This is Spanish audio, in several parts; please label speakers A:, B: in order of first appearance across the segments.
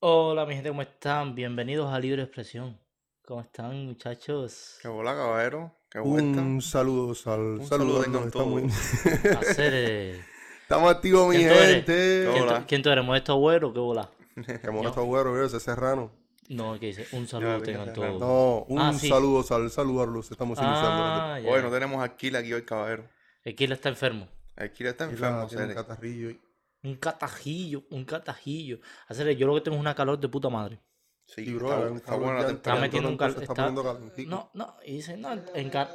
A: Hola, mi gente, ¿cómo están? Bienvenidos a Libre Expresión. ¿Cómo están, muchachos?
B: Qué bola, caballero. Qué vuelta.
C: Un saludo, sal,
B: Un saludo
C: saludo,
B: tengan
C: estamos,
A: Hacer. eh,
C: estamos activos, mi
A: ¿Quién tú eres?
C: gente.
B: Todo
A: ¿quién, tú-
B: Hola.
A: quién tú eres? ¿Modesto Agüero o qué bola?
C: Que molesto agüero, veo, ese serrano.
A: No, que dice, un
B: Ya,
A: saludo
B: venga,
A: tengan
B: ya,
A: todos.
C: No, un
A: Ah, sí.
C: saludo, sal, saludarlos. Estamos iniciando.
A: ah, ya.
B: Hoy no tenemos a Aquila aquí hoy, caballero.
A: Aquila está enfermo.
B: Aquila está
C: Y la-
B: enfermo,
C: tiene un
B: Cere.
C: catarrillo y-
A: Un catajillo, un catajillo. Hacer, yo lo que tengo es una calor de puta madre.
B: Sí,
C: y, bro,
B: está,
C: han
B: está
C: estado
B: buena la
C: ya
B: temporada.
C: entrando,
A: metiendo un cal-
C: entonces Está
A: está-
C: poniendo calentito.
A: No, no, y dice, no, en ca-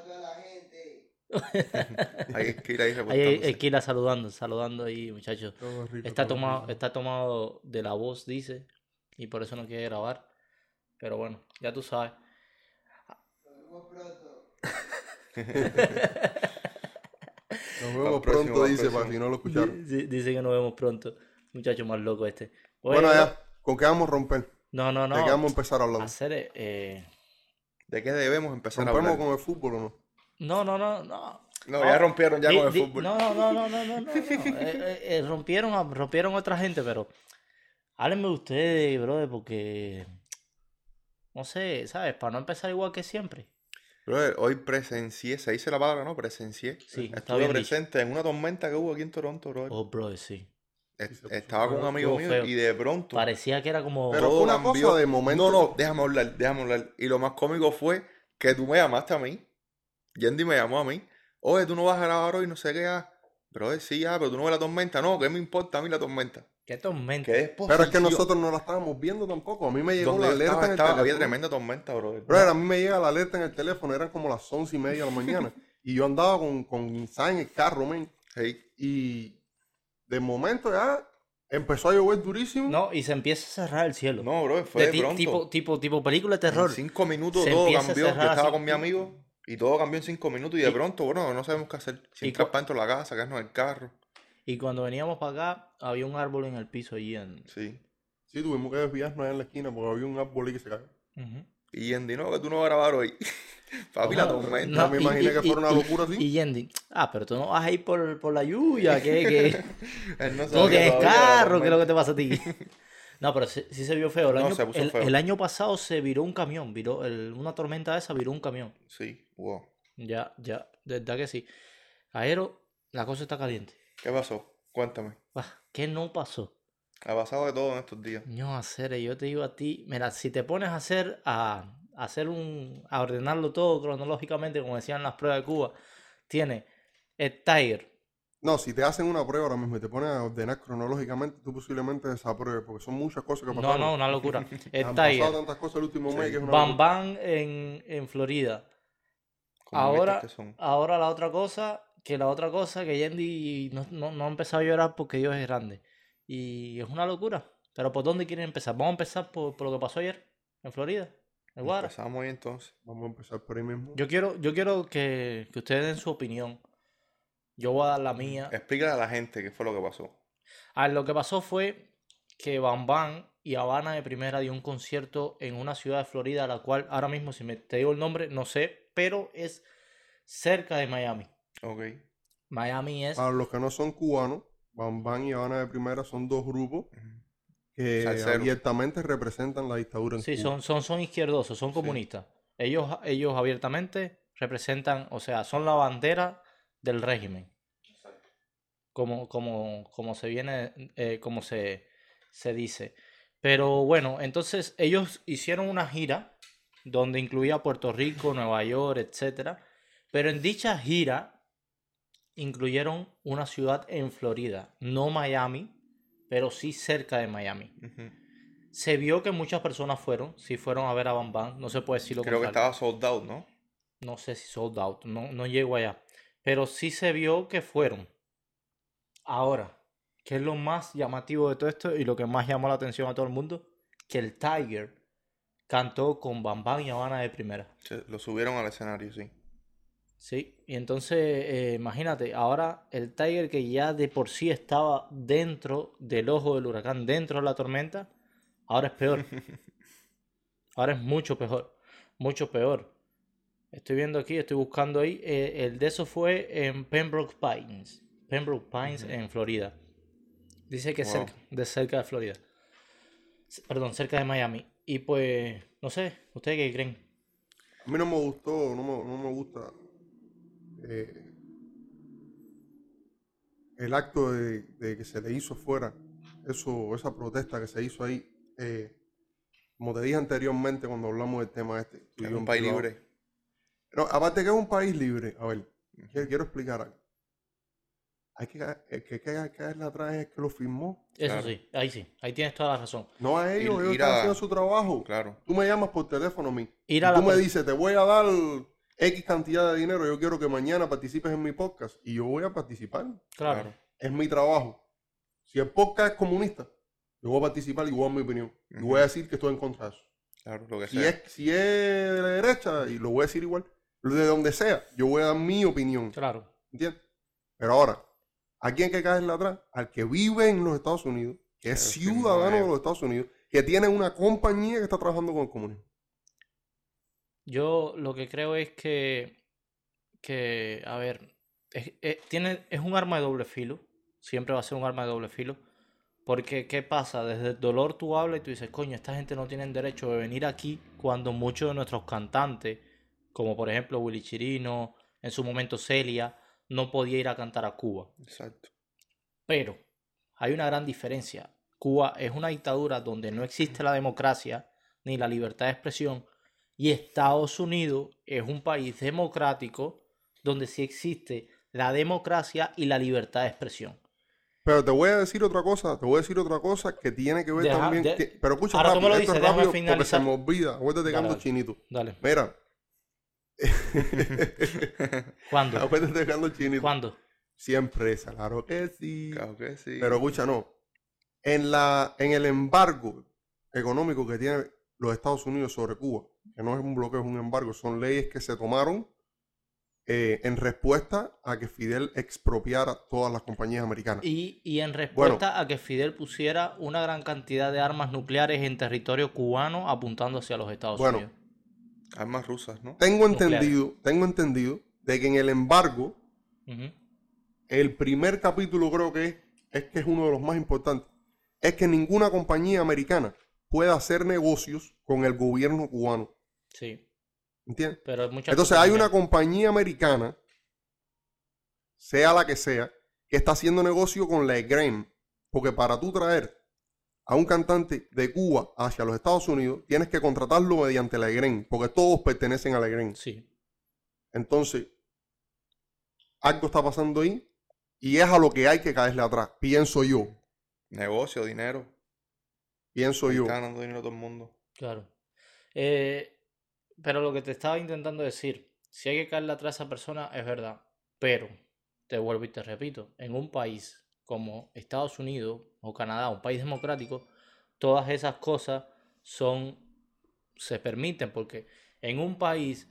B: Hay Aquila
A: Ahí hay
B: ahí pues, reportándose.
A: Aquila saludando, saludando ahí, muchachos.
C: Todo rico,
A: Está
C: todo
A: tomado,
C: rico.
A: está tomado de la voz, dice, y por eso no quiere grabar. Pero bueno, ya tú sabes.
C: Nos
B: Para
C: vemos
B: próximo,
C: pronto,
B: para
C: dice,
B: próximo.
C: para si no lo escucharon.
A: Di- Dice que nos vemos pronto. Muchacho más loco este. Oye,
C: Bueno, ya, ¿con qué vamos a romper?
A: No, no,
C: ¿De qué vamos
A: no.
C: a empezar hablando?
A: Hacer, eh,
B: ¿De qué debemos empezar a
C: ¿Rompemos
B: hablar?
C: con el fútbol o no?
A: No, no, no, no.
B: No, ya rompieron ya
A: Di-
B: con el
A: di-
B: fútbol.
A: No, no, no, no, no, no, no, no. Eh, eh, eh, rompieron, a- rompieron a otra gente, pero háblenme ustedes, brother, porque no sé, ¿sabes? Para no empezar igual que siempre.
B: Brother, hoy presencié, se dice la palabra, ¿no? Presencié.
A: Sí, está
B: Estuve
A: bien
B: presente en una tormenta que hubo aquí en Toronto, brother.
A: Oh, brother, sí.
B: Es-
C: Sí, se puso
B: Estaba con un
C: feo.
B: amigo
A: Estuvo
B: mío
A: feo.
B: y de pronto
A: Parecía que era como.
C: Pero
B: todo
C: fue una
B: cambió.
C: cosa de
B: No,
C: momento.
B: no, déjame hablar, déjame hablar. Y lo más cómico fue que tú me llamaste a mí. Yandy me llamó a mí. Oye, tú no vas a grabar hoy, no sé qué. ah. Bro, sí, ah, pero tú no ves la tormenta. No, ¿qué me importa a mí la tormenta?
A: qué tormenta.
B: Que después.
C: Pero es que nosotros no la estábamos viendo tampoco. A mí me llegó
B: Donde
C: la
B: yo
C: alerta
B: estaba,
C: en el
B: estaba- había
C: teléfono.
B: tremenda tormenta, brother.
C: Brother, a mí me llega la alerta en el teléfono, eran como las once y media de la mañana. y yo andaba con, con Insan en el carro, men.
B: Sí.
C: Y de momento ya empezó a llover durísimo.
A: No, y se empieza a cerrar el cielo.
B: No, bro, fue de,
A: ti-
B: pronto.
A: tipo, tipo, tipo película de
B: En
A: terror.
B: cinco minutos
A: Se
B: todo
A: empieza a
B: cambió. Yo
A: cerrar
B: estaba
A: así,
B: con mi
A: tú.
B: amigo y todo cambió en cinco minutos. Y de
A: Y-
B: pronto, bueno, no sabemos qué hacer. Si
A: y
B: entrar
A: cu-
B: para dentro de la casa, sacarnos el carro.
A: Y cuando veníamos para acá, había un árbol en el piso allí en.
B: Sí.
C: Sí, tuvimos que desviarnos allá en la esquina porque había un árbol ahí que se cayó.
A: Ujú.
B: Y Yandy, no, que tú no vas a grabar hoy. Papi, la
A: No,
B: tormenta.
C: Ya me imaginé que fuera una
A: y-
C: locura así.
A: Y Yendi, ah, pero tú no vas a ir por, por la lluvia, que, que
B: Él no
A: tú no
B: sabía
A: tienes
B: todavía de la
A: carro, que es lo que
B: tormenta.
A: te pasa a ti. No, pero sí, sí se vio feo. El,
B: No,
A: año,
B: se puso
A: el,
B: feo.
A: el año pasado se viró un camión, viró el- una tormenta esa viró un camión.
B: Sí, wow.
A: Ya, ya, de verdad que sí. Aero, la cosa está caliente.
B: ¿Qué pasó? Cuéntame.
A: Ah, ¿Qué no pasó?
B: Ha pasado de todo en estos días.
A: No, hacer, yo te digo a ti, mira, si te pones a hacer, a, a hacer un, a ordenarlo todo cronológicamente, como decían las pruebas de Cuba, tiene el Tiger,
C: No, si te hacen una prueba ahora mismo y te ponen a ordenar cronológicamente, tú posiblemente desapruebes porque son muchas cosas que
A: no,
C: pasaron.
A: no, una locura, el
C: Han
A: Tiger,
C: pasado tantas cosas el último
B: Sí.
C: mes que es una
A: Bam
C: locura.
A: Bam en, en Florida,
B: Como
A: Ahora-
B: viste que son.
A: ahora la otra cosa, que la otra cosa, que Yendi no, no, no ha empezado a llorar porque Dios es grande, y es una locura, pero ¿por dónde quieren empezar? Vamos a empezar por, por lo que pasó ayer, en Florida, en Guara.
B: Empezamos ahí entonces.
C: Vamos a empezar por ahí mismo.
A: Yo quiero, yo quiero que, que ustedes den su opinión. Yo voy a dar la mía.
B: Explícale a la gente qué fue lo que pasó.
A: Ah, lo que pasó fue que Bam Bam y Habana de Primera dio un concierto en una ciudad de Florida, la cual ahora mismo, si me, te digo el nombre, no sé, pero es cerca de Miami.
B: Ok.
A: Miami es...
C: Para los que no son cubanos, Bam Bam y Habana de Primera son dos grupos que
B: Salsero.
C: abiertamente representan la dictadura en
A: Sí,
C: Cuba.
A: son, son, son izquierdosos, son comunistas. Ellos, ellos abiertamente representan, o sea, son la bandera del régimen. Como, como, como se viene, eh, como se, se dice. Pero bueno, entonces ellos hicieron una gira donde incluía Puerto Rico, Nueva York, etcétera. Pero en dicha gira incluyeron una ciudad en Florida, no Miami, pero sí cerca de Miami.
B: Ujú.
A: Se vio que muchas personas fueron, sí fueron a ver a Bam Bam, no se puede decir lo
B: Creo que
A: contrario.
B: estaba sold out, ¿no?
A: No sé si sold out, no, no llego allá. Pero sí se vio que fueron. Ahora, ¿qué es lo más llamativo de todo esto y lo que más llamó la atención a todo el mundo? Que el Tiger cantó con Bam Bam y Habana de primera.
B: Se- lo subieron al escenario, sí.
A: Sí, y entonces eh, imagínate, ahora el Tiger que ya de por sí estaba dentro del ojo del huracán, dentro de la tormenta, ahora es peor. Ahora es mucho peor, mucho peor. Estoy viendo aquí, estoy buscando ahí, eh, el de eso fue en Pembroke Pines, Pembroke Pines en Florida. Dice que
B: Wow.
A: cerca, de cerca de Florida. perdón, cerca de Miami. Y pues, no sé, ¿ustedes qué creen?
C: A mí no me gustó, no me, no me gusta eh, el acto de, de que se le hizo fuera, eso, esa protesta que se hizo ahí. eh, como te dije anteriormente cuando hablamos del tema este. tú y
B: Es
C: yo
B: un
C: en
B: país
C: privado.
B: libre.
C: No, aparte que es un país libre, a ver, quiero, quiero explicar algo. Hay que, ca- el que hay que caerle atrás es el que lo firmó.
A: Eso
B: Claro.
A: sí, ahí sí, ahí tienes toda la razón.
C: No a ellos,
B: Ir-
C: ellos
B: ir
C: están
B: a-
C: haciendo su trabajo.
B: Claro.
C: Tú me llamas por teléfono a mí.
A: Ir
C: y
A: a
C: tú
A: la
C: me
A: pro-
C: dices, te voy a dar X cantidad de dinero, yo quiero que mañana participes en mi podcast. Y yo voy a participar.
A: Claro,
B: claro.
C: Es mi trabajo. Si el podcast es comunista, yo voy a participar y voy a dar mi opinión. Y voy a decir que estoy en contra de eso.
B: Claro, lo que
C: Si
B: sea.
C: es, si es de la derecha, y lo voy a decir igual, de donde sea, yo voy a dar mi opinión.
A: claro.
C: ¿Entiendes? Pero ahora, ¿a quién hay que caerle atrás? Al que vive en los Estados Unidos, que es
B: Claro, sí,
C: ciudadano de
B: nuevo.
C: los Estados Unidos, que tiene una compañía que está trabajando con el comunismo.
A: Yo lo que creo es que, que a ver, es, es- tiene, es un arma de doble filo, siempre va a ser un arma de doble filo, porque ¿qué pasa? Desde el dolor tú hablas y tú dices, coño, esta gente no tiene derecho de venir aquí cuando muchos de nuestros cantantes, como por ejemplo Willy Chirino, en su momento Celia, no podía ir a cantar a Cuba.
B: Exacto.
A: Pero hay una gran diferencia. Cuba es una dictadura donde no existe la democracia ni la libertad de expresión y Estados Unidos es un país democrático donde sí existe la democracia y la libertad de expresión.
C: Pero te voy a decir otra cosa, te voy a decir otra cosa que tiene que ver
A: Deja-
C: también.
A: de-
C: que- pero escucha
A: ahora tú
C: rápido,
A: me lo
C: esto es
A: dices, déjame
C: rápido porque se
A: finalizar.
C: me olvida. Acuérdate
A: Dale,
C: que ando
A: dale.
C: chinito.
A: Dale.
C: Mira,
A: ¿Cuándo?
C: acuérdate que ando chinito.
A: ¿Cuándo?
C: Siempre es, claro que sí.
B: Claro que sí.
C: Pero escucha, no. En, la, en el embargo económico que tiene los Estados Unidos sobre Cuba, que no es un bloqueo, es un embargo, son leyes que se tomaron eh, en respuesta a que Fidel expropiara todas las compañías americanas.
A: Y, y en respuesta a que Fidel pusiera una gran cantidad de armas nucleares en territorio cubano apuntando hacia los Estados
C: Bueno,
A: Unidos.
B: Armas rusas, ¿no?
C: tengo
A: nucleares.
C: entendido, tengo entendido de que en el embargo,
A: Ujú.
C: el primer capítulo creo que es, es que es uno de los más importantes, es que ninguna compañía americana pueda hacer negocios con el gobierno cubano.
A: Sí,
C: ¿Entiendes?
A: pero muchas
C: Entonces
A: cosas
C: hay una
A: cambian.
C: compañía americana, sea la que sea, que está haciendo negocio con la EGREM. Porque para tú traer a un cantante de Cuba hacia los Estados Unidos, tienes que contratarlo mediante la EGREM, porque todos pertenecen a la EGREM.
A: Sí,
C: Entonces, algo está pasando ahí y es a lo que hay que caerle atrás, pienso yo,
B: Negocio, dinero.
C: pienso
B: Ahí
C: yo.
B: Está ganando dinero todo el mundo.
A: Claro. Eh, pero lo que te estaba intentando decir, si hay que caerle atrás a esa persona, es verdad. Pero, te vuelvo y te repito, en un país como Estados Unidos o Canadá, un país democrático, todas esas cosas son, se permiten, porque en un país,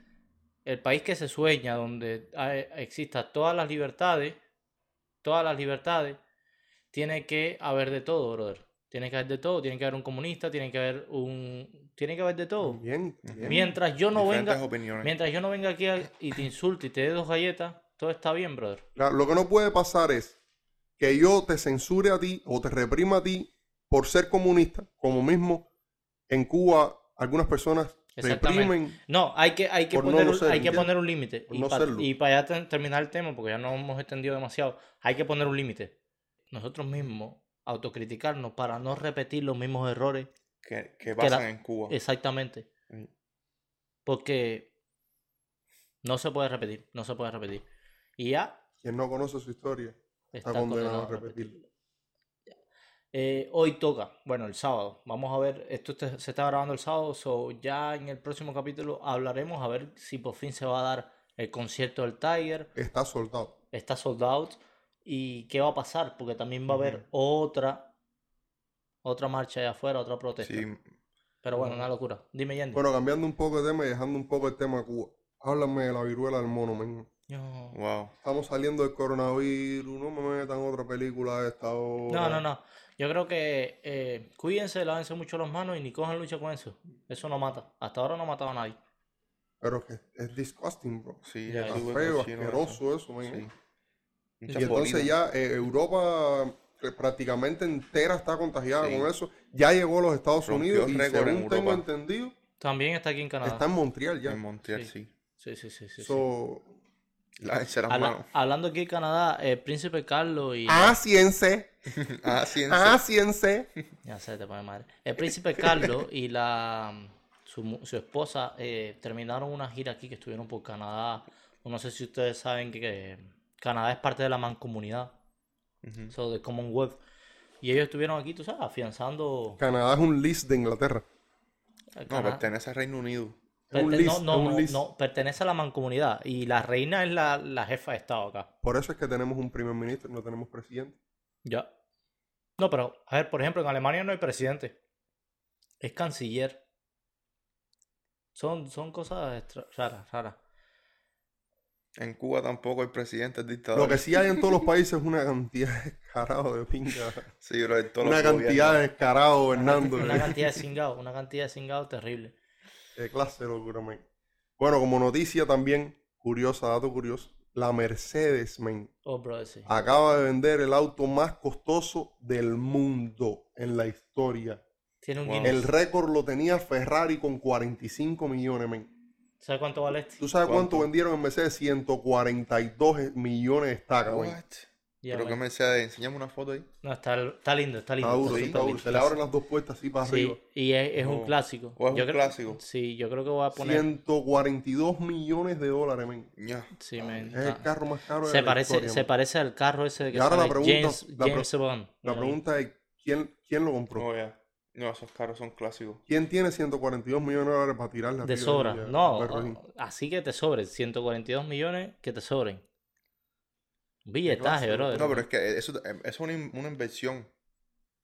A: el país que se sueña, donde hay- existan todas las libertades, todas las libertades, tiene que haber de todo, brother. Tiene que haber de todo, tiene que haber un comunista, tiene que haber un... Tiene que haber de todo.
C: Bien, bien.
A: Mientras yo no
B: Diferentes
A: venga,
B: opiniones.
A: mientras yo no venga aquí a- y te insulte y te dé dos galletas, todo está bien, brother.
C: Claro, lo que no puede pasar es que yo te censure a ti o te reprima a ti por ser comunista, como mismo en Cuba algunas personas
A: Exactamente.
C: reprimen.
A: No, hay que, hay que
C: Por no
A: poner,
C: lo
A: un-
C: ser,
A: hay que
C: ¿entiendes?
A: poner un límite.
C: Por
A: Y
C: no
A: para
C: serlo.
A: ya ter- terminar el tema, porque ya nos hemos extendido demasiado, hay que poner un límite. Nosotros mismos autocriticarnos para no repetir los mismos errores
B: Que, que pasan
A: la-
B: en
C: Oh.
B: Cuba.
A: exactamente.
C: Mm.
B: Sí.
A: Porque no se puede repetir, no se puede repetir. Y ya
C: Quien no conoce su historia
A: está
C: está condenado
A: condenado
C: a
A: a
C: repetirla.
A: Eh, hoy toca, bueno, el sábado. Vamos a ver, esto te- se está grabando el sábado, so ya en el próximo capítulo hablaremos a ver si por fin se va a dar el concierto del Tiger,
C: Está soldado.
A: está sold out y qué va a pasar, porque también va a haber otra otra marcha allá afuera, otra protesta.
B: Sí,
A: Pero bueno, una locura. Dime, Yendi.
C: Bueno, cambiando un poco de tema y dejando un poco el tema de Cuba. Háblame de la viruela del mono, men.
A: No.
B: wow.
C: Estamos saliendo del coronavirus, no me metan otra película de esta hora.
A: No, no, no. Yo creo que eh, cuídense, lávense mucho las manos y ni cojan lucha con eso. Eso no mata. Hasta ahora no ha matado a nadie.
C: Pero que es disgusting, bro.
B: Sí,
A: Ya,
B: ahí
A: está
C: Está
B: tuve
C: feo,
B: cochino eso.
C: asqueroso eso, men.
B: Sí.
C: Y entonces ya eh, Europa eh, prácticamente entera está contagiada con eso. Ya llegó a los Estados
B: Rompió
C: Unidos y
B: récord en
C: según tengo
B: Europa.
C: entendido,
A: También está aquí en Canadá.
C: está en Montreal ya.
B: En Montreal,
A: Sí.
B: sí.
A: Sí, sí, sí. sí, sí.
C: So,
B: Lávense las
A: Habla-
B: manos.
A: Hablando aquí de Canadá, el príncipe Carlos y.
C: Ah, ciense,
B: Ah, sí, en
C: ah,
B: serio.
C: ciense.
A: Ya sé, te pone madre. El príncipe Carlos y la su, mu- su esposa eh, terminaron una gira aquí que estuvieron por Canadá. No sé si ustedes saben que, que Canadá es parte de la mancomunidad,
B: Ujú.
A: so, de Commonwealth. Y ellos estuvieron aquí, tú sabes, afianzando.
C: Canadá es un list de Inglaterra.
A: a
B: No,
A: Canadá.
B: pertenece al Reino Unido.
C: es un
A: Perte-
C: list,
A: Este, no, no,
C: es un
A: no,
C: list.
A: no, pertenece a la mancomunidad. Y la reina es la, la jefa de Estado acá.
C: Por eso es que tenemos un primer ministro, no tenemos presidente.
A: Ya. No, pero, a ver, por ejemplo, en Alemania no hay presidente. Es canciller. Son, son cosas extra- raras, raras.
B: En Cuba tampoco hay presidente, es dictador.
C: Lo que sí hay en todos los países es una cantidad de descarado de pinga.
B: Sí, bro, en todos
C: Una
B: los
C: cantidad de descarado, Hernando.
A: Una cantidad de cingados, una cantidad de cingados terrible.
C: Qué clase de locura, man. Bueno, como noticia también, curiosa, dato curioso, la Mercedes, man,
A: Oh, brother,
C: Ah,
A: sí.
C: acaba de vender el auto más costoso del mundo en la historia.
A: Tiene un
B: Wow.
A: Guinness.
C: El récord lo tenía Ferrari con 45 millones, man.
A: ¿Sabes cuánto vale este?
C: ¿Tú sabes cuánto,
B: ¿Cuánto?
C: vendieron en Mercedes? 142 millones de estacas, man.
B: What?
A: Ya,
B: Pero
A: bueno.
B: que me sea de enseñame una foto ahí.
A: No, está, está lindo, está lindo.
C: Está duro,
A: está
C: está
A: súper
C: duro.
A: lindo.
C: Se le abren las dos puertas así para arriba.
A: Sí, y es, es un
B: Oh.
A: clásico.
B: Oh, es un
A: Yo creo-
B: clásico.
A: Sí, yo creo que voy a poner...
C: 142 millones de dólares, men.
B: Ña.
A: Sí, men,
C: Es el
A: está-
C: carro más caro de
A: se,
C: la
A: parece,
C: historia,
A: se
C: men.
A: parece al carro ese que
C: Y ahora la
A: sale
C: pregunta-
A: James,
C: la pre-
A: James Bond.
C: La
A: Bueno,
C: pregunta es, ¿quién, quién lo compró?
B: No, Oh, ya. No, esos carros son clásicos.
C: ¿Quién tiene 142 millones de dólares para tirarle
A: De
C: arriba
A: sobra.
C: ahí a-
A: No, oh.
C: a Berrojín?
A: o- así que te sobren. 142 millones que te sobren. Un billetaje,
C: clase,
A: brother.
B: No, pero es que eso, eh, eso es una, in- una inversión.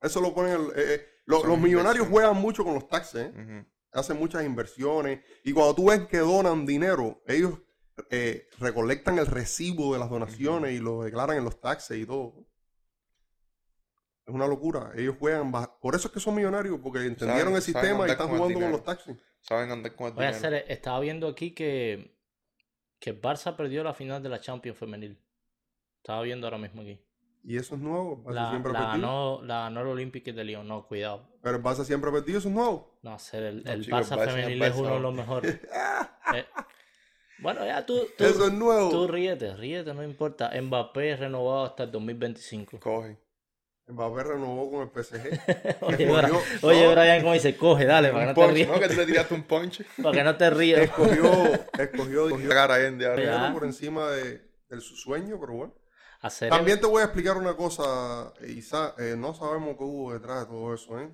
C: Eso lo ponen... el- eh, eh, lo-
B: Son
C: los millonarios
B: inversiones.
C: juegan mucho con los taxes, ¿eh?
B: Ujú.
A: Mm.
C: hacen muchas inversiones. Y cuando tú ves que donan dinero, ellos eh, recolectan el recibo de las donaciones y lo declaran en los taxes y todo. Es una locura. Ellos juegan... baj- Por eso es que son millonarios, porque entendieron
B: saben
C: el sistema
B: andar
C: y están
B: con el
C: jugando
B: dinero.
C: con los taxes.
B: Saben andar con el
A: Voy a
B: dinero.
A: hacer, estaba viendo aquí que, que el Barça perdió la final de la Champions femenil. Estaba viendo ahora mismo aquí.
C: Y eso es nuevo. Barça
A: La,
C: siempre
A: la
C: ha perdido.
A: ganó, la ganó el Olympique de Lyon. No, cuidado.
C: Pero el Barça siempre ha perdido. Eso es nuevo.
A: No, hacer el,
B: No,
A: el
B: chico, el
A: Barça
B: Barça es el
A: femenil es
B: Barça,
A: uno de
B: hombre.
A: los mejores. Eh, bueno, ya tú, tú,
C: Eso es nuevo.
A: tú ríete, ríete, no importa. Mbappé es renovado hasta el 2025.
B: Coge.
C: Mbappé renovó con el PSG.
A: Oye,
C: Escogió-
A: Bra- oye,
C: no.
A: Brian, como dice, coge, dale, para que no te
B: Un punch, ¿no?
A: rías.
B: Que tú le tiraste un punch.
A: Para que no te rías.
C: Escogió, escogió
B: Cogió
C: dinero
B: la cara ahí en diablo.
A: Ya.
C: por encima de, de su sueño, pero bueno.
A: Hacer
C: También te voy a explicar una cosa, Isa. eh, no sabemos qué hubo detrás de todo eso, ¿eh?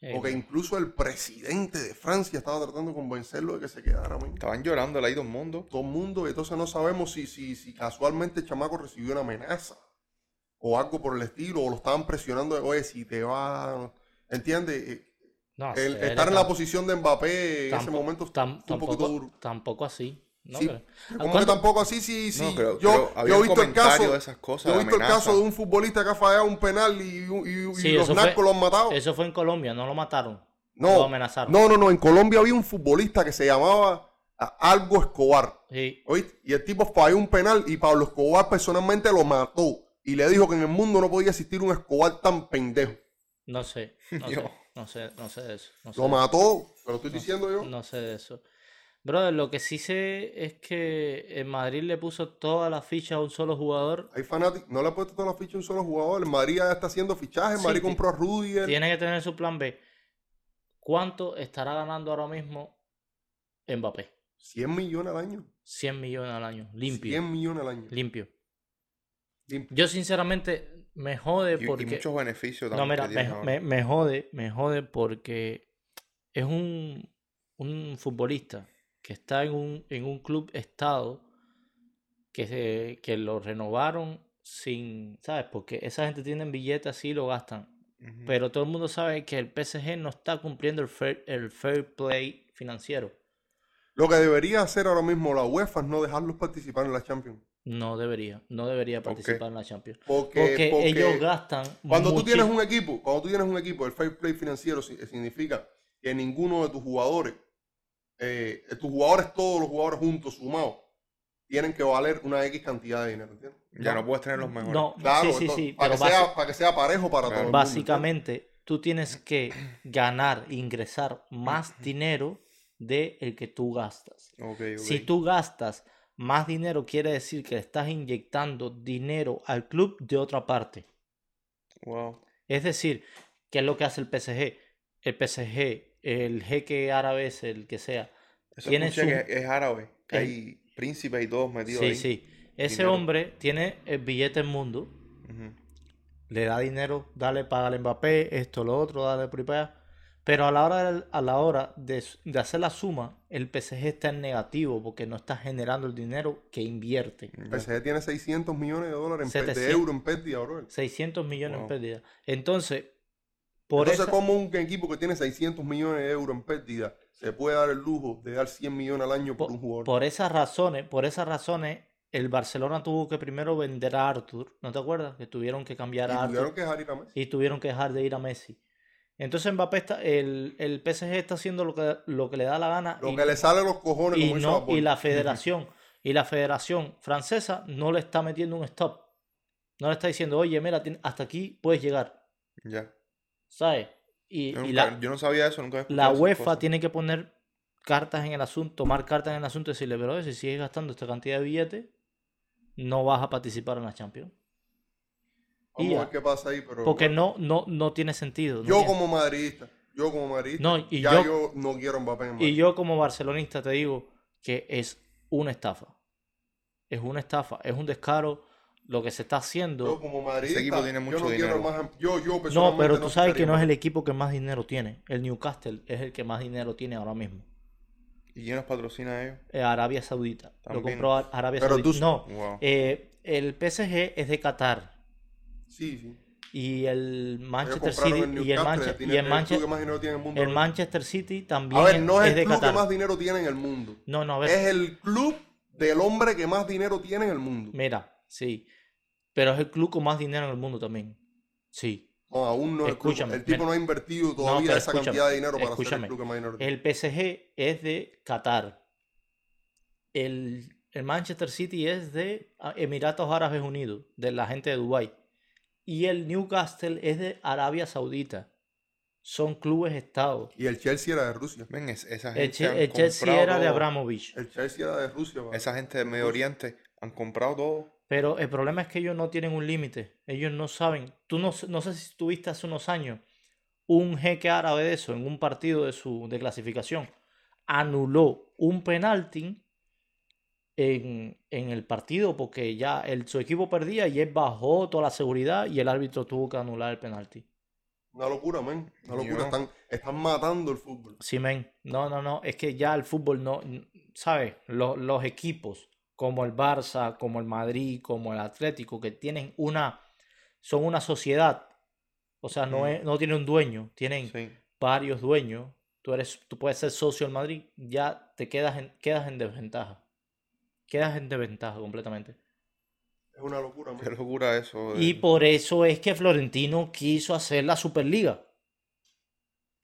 A: eh,
C: Porque incluso el presidente de Francia estaba tratando de convencerlo de que se quedara, man.
B: Estaban llorando ahí todo el mundo.
C: Todo el mundo, y entonces no sabemos si, si, si casualmente el chamaco recibió una amenaza o algo por el estilo, o lo estaban presionando de, oye, si te vas, ¿entiendes? Eh,
A: no,
C: El
A: hacer
C: estar en la
A: tam-
C: posición de Mbappé en ese
A: tampo-
C: momento está
A: tam-
C: un poquito
A: tampoco,
C: duro.
A: tampoco así. ¿no?
C: Sí,
A: Pero-
C: Como que
A: ¿Cuánto-
C: tampoco así, sí, sí.
B: No, creo,
C: yo,
B: creo-
C: yo
B: había
C: he
B: un
C: visto el
B: comentario
C: caso.
B: de esas cosas.
C: yo he
B: de
C: visto el
B: amenaza.
C: caso de un futbolista que ha fallado un penal y, y- y
A: Sí,
C: los
A: eso fue-
C: narcos lo han matado.
A: Eso fue en Colombia, no lo mataron.
C: No,
A: Lo amenazaron.
C: No, no, no. En Colombia había un futbolista que se llamaba a- Algo Escobar.
A: Sí,
C: ¿oíste? Y el tipo falló un penal y Pablo Escobar personalmente lo mató. Y le dijo que en el mundo no podía existir un Escobar tan pendejo.
A: no sé. No sé,
B: Yo.
A: no sé, no sé de eso. No sé,
C: Lo mató, te lo estoy diciendo yo.
A: no sé de eso. Brother, lo que sí sé es que en Madrid le puso toda la ficha a un solo jugador.
C: Hay fanáticos, no le ha puesto toda la ficha a un solo jugador. El Madrid ya está haciendo fichajes. El
A: Sí,
C: Madrid
A: ti-
C: compró a Rudiger.
A: Tiene que tener su plan B. ¿Cuánto estará ganando ahora mismo Mbappé?
C: 100 millones al año.
A: 100 millones al año. Limpio.
C: 100 millones al año.
A: Limpio.
C: Limpio.
A: Yo sinceramente me jode
B: Y- y,
A: porque...
B: muchos beneficios
A: No,
B: también.
A: mira,
B: que tienen
A: me,
B: ahora.
A: me- me jode, me jode porque es un, un futbolista que está en un, en un club estado que, se- que lo renovaron sin, ¿sabes? Porque esa gente tiene billetes así y lo gastan.
B: Ujú.
A: Pero todo el mundo sabe que el PSG no está cumpliendo el fair, el fair play financiero.
C: Lo que debería hacer ahora mismo la UEFA es no dejarlos participar en la Champions.
A: No debería, no debería
B: ¿Por qué?
A: participar en la Champions.
C: Porque,
A: Porque,
C: porque
A: ellos gastan.
C: cuando tú tienes
A: muchis-
C: un equipo, cuando tú tienes un equipo, el fair play financiero si- significa que ninguno de tus jugadores, eh, tus jugadores, todos los jugadores juntos, sumados, tienen que valer una X cantidad de dinero, ¿entiendes?
B: Ya no puedes tener los mejores.
A: No,
C: Claro,
A: sí, sí,
C: entonces,
A: sí.
C: para,
A: pero
C: que
A: basi-
C: sea, para que sea parejo para
B: Claro.
C: todos.
A: básicamente, tú tienes que ganar, ingresar más dinero de el que tú gastas.
B: Ok, ok.
A: Si tú gastas más dinero, quiere decir que le estás inyectando dinero al club de otra parte.
B: Wow.
A: Es decir, ¿qué es lo que hace el PSG? El PSG, el jeque árabe, ese, el que sea.
B: Eso
A: Tiene
B: escuché
A: su-
B: que es, es árabe. Que
A: el-
B: hay príncipes y todos metidos
A: Sí,
B: ahí.
A: sí. Ese
B: Dinero.
A: hombre tiene el billete del mundo,
B: Ujú.
A: le da dinero, dale, págale a Mbappé, esto, lo otro, dale por ahí para allá. Pero a la hora, del- a la hora de, s- de hacer la suma, el PSG está en negativo porque no está generando el dinero que invierte.
C: El PSG Pues tiene 600 millones de dólares en pérdida- de
A: 700.
C: euros en pérdida, bro.
A: 600 millones
B: Wow.
A: en pérdida. Entonces, por
C: Entonces,
A: esa-
C: ¿cómo un equipo que tiene 600 millones de euros en pérdida se puede dar el lujo de dar 100 millones al año por,
A: Po-
C: un jugador?
A: por esas razones, por esas razones, el Barcelona tuvo que primero vender a Arthur, ¿no te acuerdas? Que tuvieron que cambiar a
C: y
A: Arthur
C: tuvieron que dejar ir a Messi.
A: y tuvieron que dejar de ir a Messi. Entonces Mbappé está, el, el PSG está haciendo lo que, lo que le da la gana
C: Lo
A: y,
C: que le sale a los cojones,
A: y
C: como hizo
A: no,
C: Japón.
A: y la federación, y la federación francesa no le está metiendo un stop. No le está diciendo, oye, mira, tien- hasta aquí puedes llegar,
B: Ya.
A: ¿sabes? Y,
B: Yo,
A: y
B: nunca-
A: la,
B: yo no sabía eso, nunca había
A: la
B: escuchado esas
A: UEFA
B: cosas.
A: tiene que poner cartas en el asunto, tomar cartas en el asunto y decirle, pero si sigues gastando esta cantidad de billetes, no vas a participar en la Champions.
C: Vamos
A: y
C: a
A: ya.
C: ver qué pasa ahí, pero
A: Porque
C: bueno.
A: no, no, no tiene sentido. no
C: yo
A: tiene-
C: como madridista, yo como madridista,
A: No, y
C: ya
A: yo-
C: yo, no quiero a Mbappé en
A: Y
C: Madrid.
A: yo como barcelonista te digo que es una estafa. Es una estafa, es un descaro lo que se está haciendo.
C: Yo como madridista,
B: equipo tiene mucho
C: yo no
B: dinero.
C: quiero más, em, yo, yo
A: no,
C: personalmente
A: pero tú sabes que
C: quería
A: no es
C: más.
A: el equipo que más dinero tiene. El Newcastle es el que más dinero tiene ahora mismo.
B: ¿Y quién nos patrocina a ellos?
A: Eh, Arabia Saudita. Lo
B: También.
A: compró Ar- Arabia
C: Pero
A: Saudita.
C: tú-
A: No,
B: Wow.
A: eh, el PSG es de Qatar.
C: Sí, sí.
A: Y el
C: Ellos
A: Manchester
C: compraron
A: City
C: el
A: y el,
C: Newcastle,
A: Manche-
C: tiene
A: y el, Manche-
C: club que más dinero tiene en el mundo.
A: el
C: ¿no?
A: Manchester City también
C: a ver, no es,
A: es
C: el
A: de
C: club
A: Qatar. Pues
C: que más dinero tiene en el mundo.
A: No, no, a ver.
C: Es el club del hombre que más dinero tiene en el mundo.
A: Mira, sí. Pero es el club con más dinero en el mundo también. Sí.
C: No, aún no es el club.
A: Escúchame,
C: El tipo
A: mira.
C: no ha invertido todavía
A: pero
C: esa
A: escúchame,
C: cantidad de dinero para ser
A: escúchame.
C: el club que más dinero tiene.
A: El PSG es de Qatar. El, el Manchester City es de ah, Emiratos Árabes Unidos, de la gente de Dubái. Y el Newcastle es de Arabia Saudita. Son clubes estados.
C: Y el Chelsea era de Rusia.
B: Ven, es- esa gente.
A: El, Che-
B: han
A: el Chelsea
B: comprado
A: era de
B: todo.
A: Abramovich.
C: El Chelsea era de Rusia. va.
B: Esa gente de Medio Oriente han comprado todo.
A: Pero el problema es que ellos no tienen un límite. Ellos no saben. Tú no, no sé si tuviste hace unos años un jeque árabe de eso en un partido de su de clasificación. Anuló un penalti en, en el partido porque ya el, su equipo perdía y él bajó toda la seguridad y el árbitro tuvo que anular el penalti.
C: Una locura, men. Una locura.
B: Yo-
C: Están, están matando el fútbol.
A: Sí, men. No, no, no. Es que ya el fútbol no. ¿Sabes? Los, los equipos como el Barça, como el Madrid, como el Atlético, que tienen una. Son una sociedad. O sea, no,
B: Ujú.
A: es, no tienen un dueño. Tienen
B: Sí.
A: varios dueños. Tú, eres, tú puedes ser socio del Madrid. Ya te quedas en, quedas en desventaja. Quedas en desventaja completamente.
C: Es una locura, men.
B: Qué locura eso. de-
A: Y por eso es que Florentino quiso hacer la Superliga.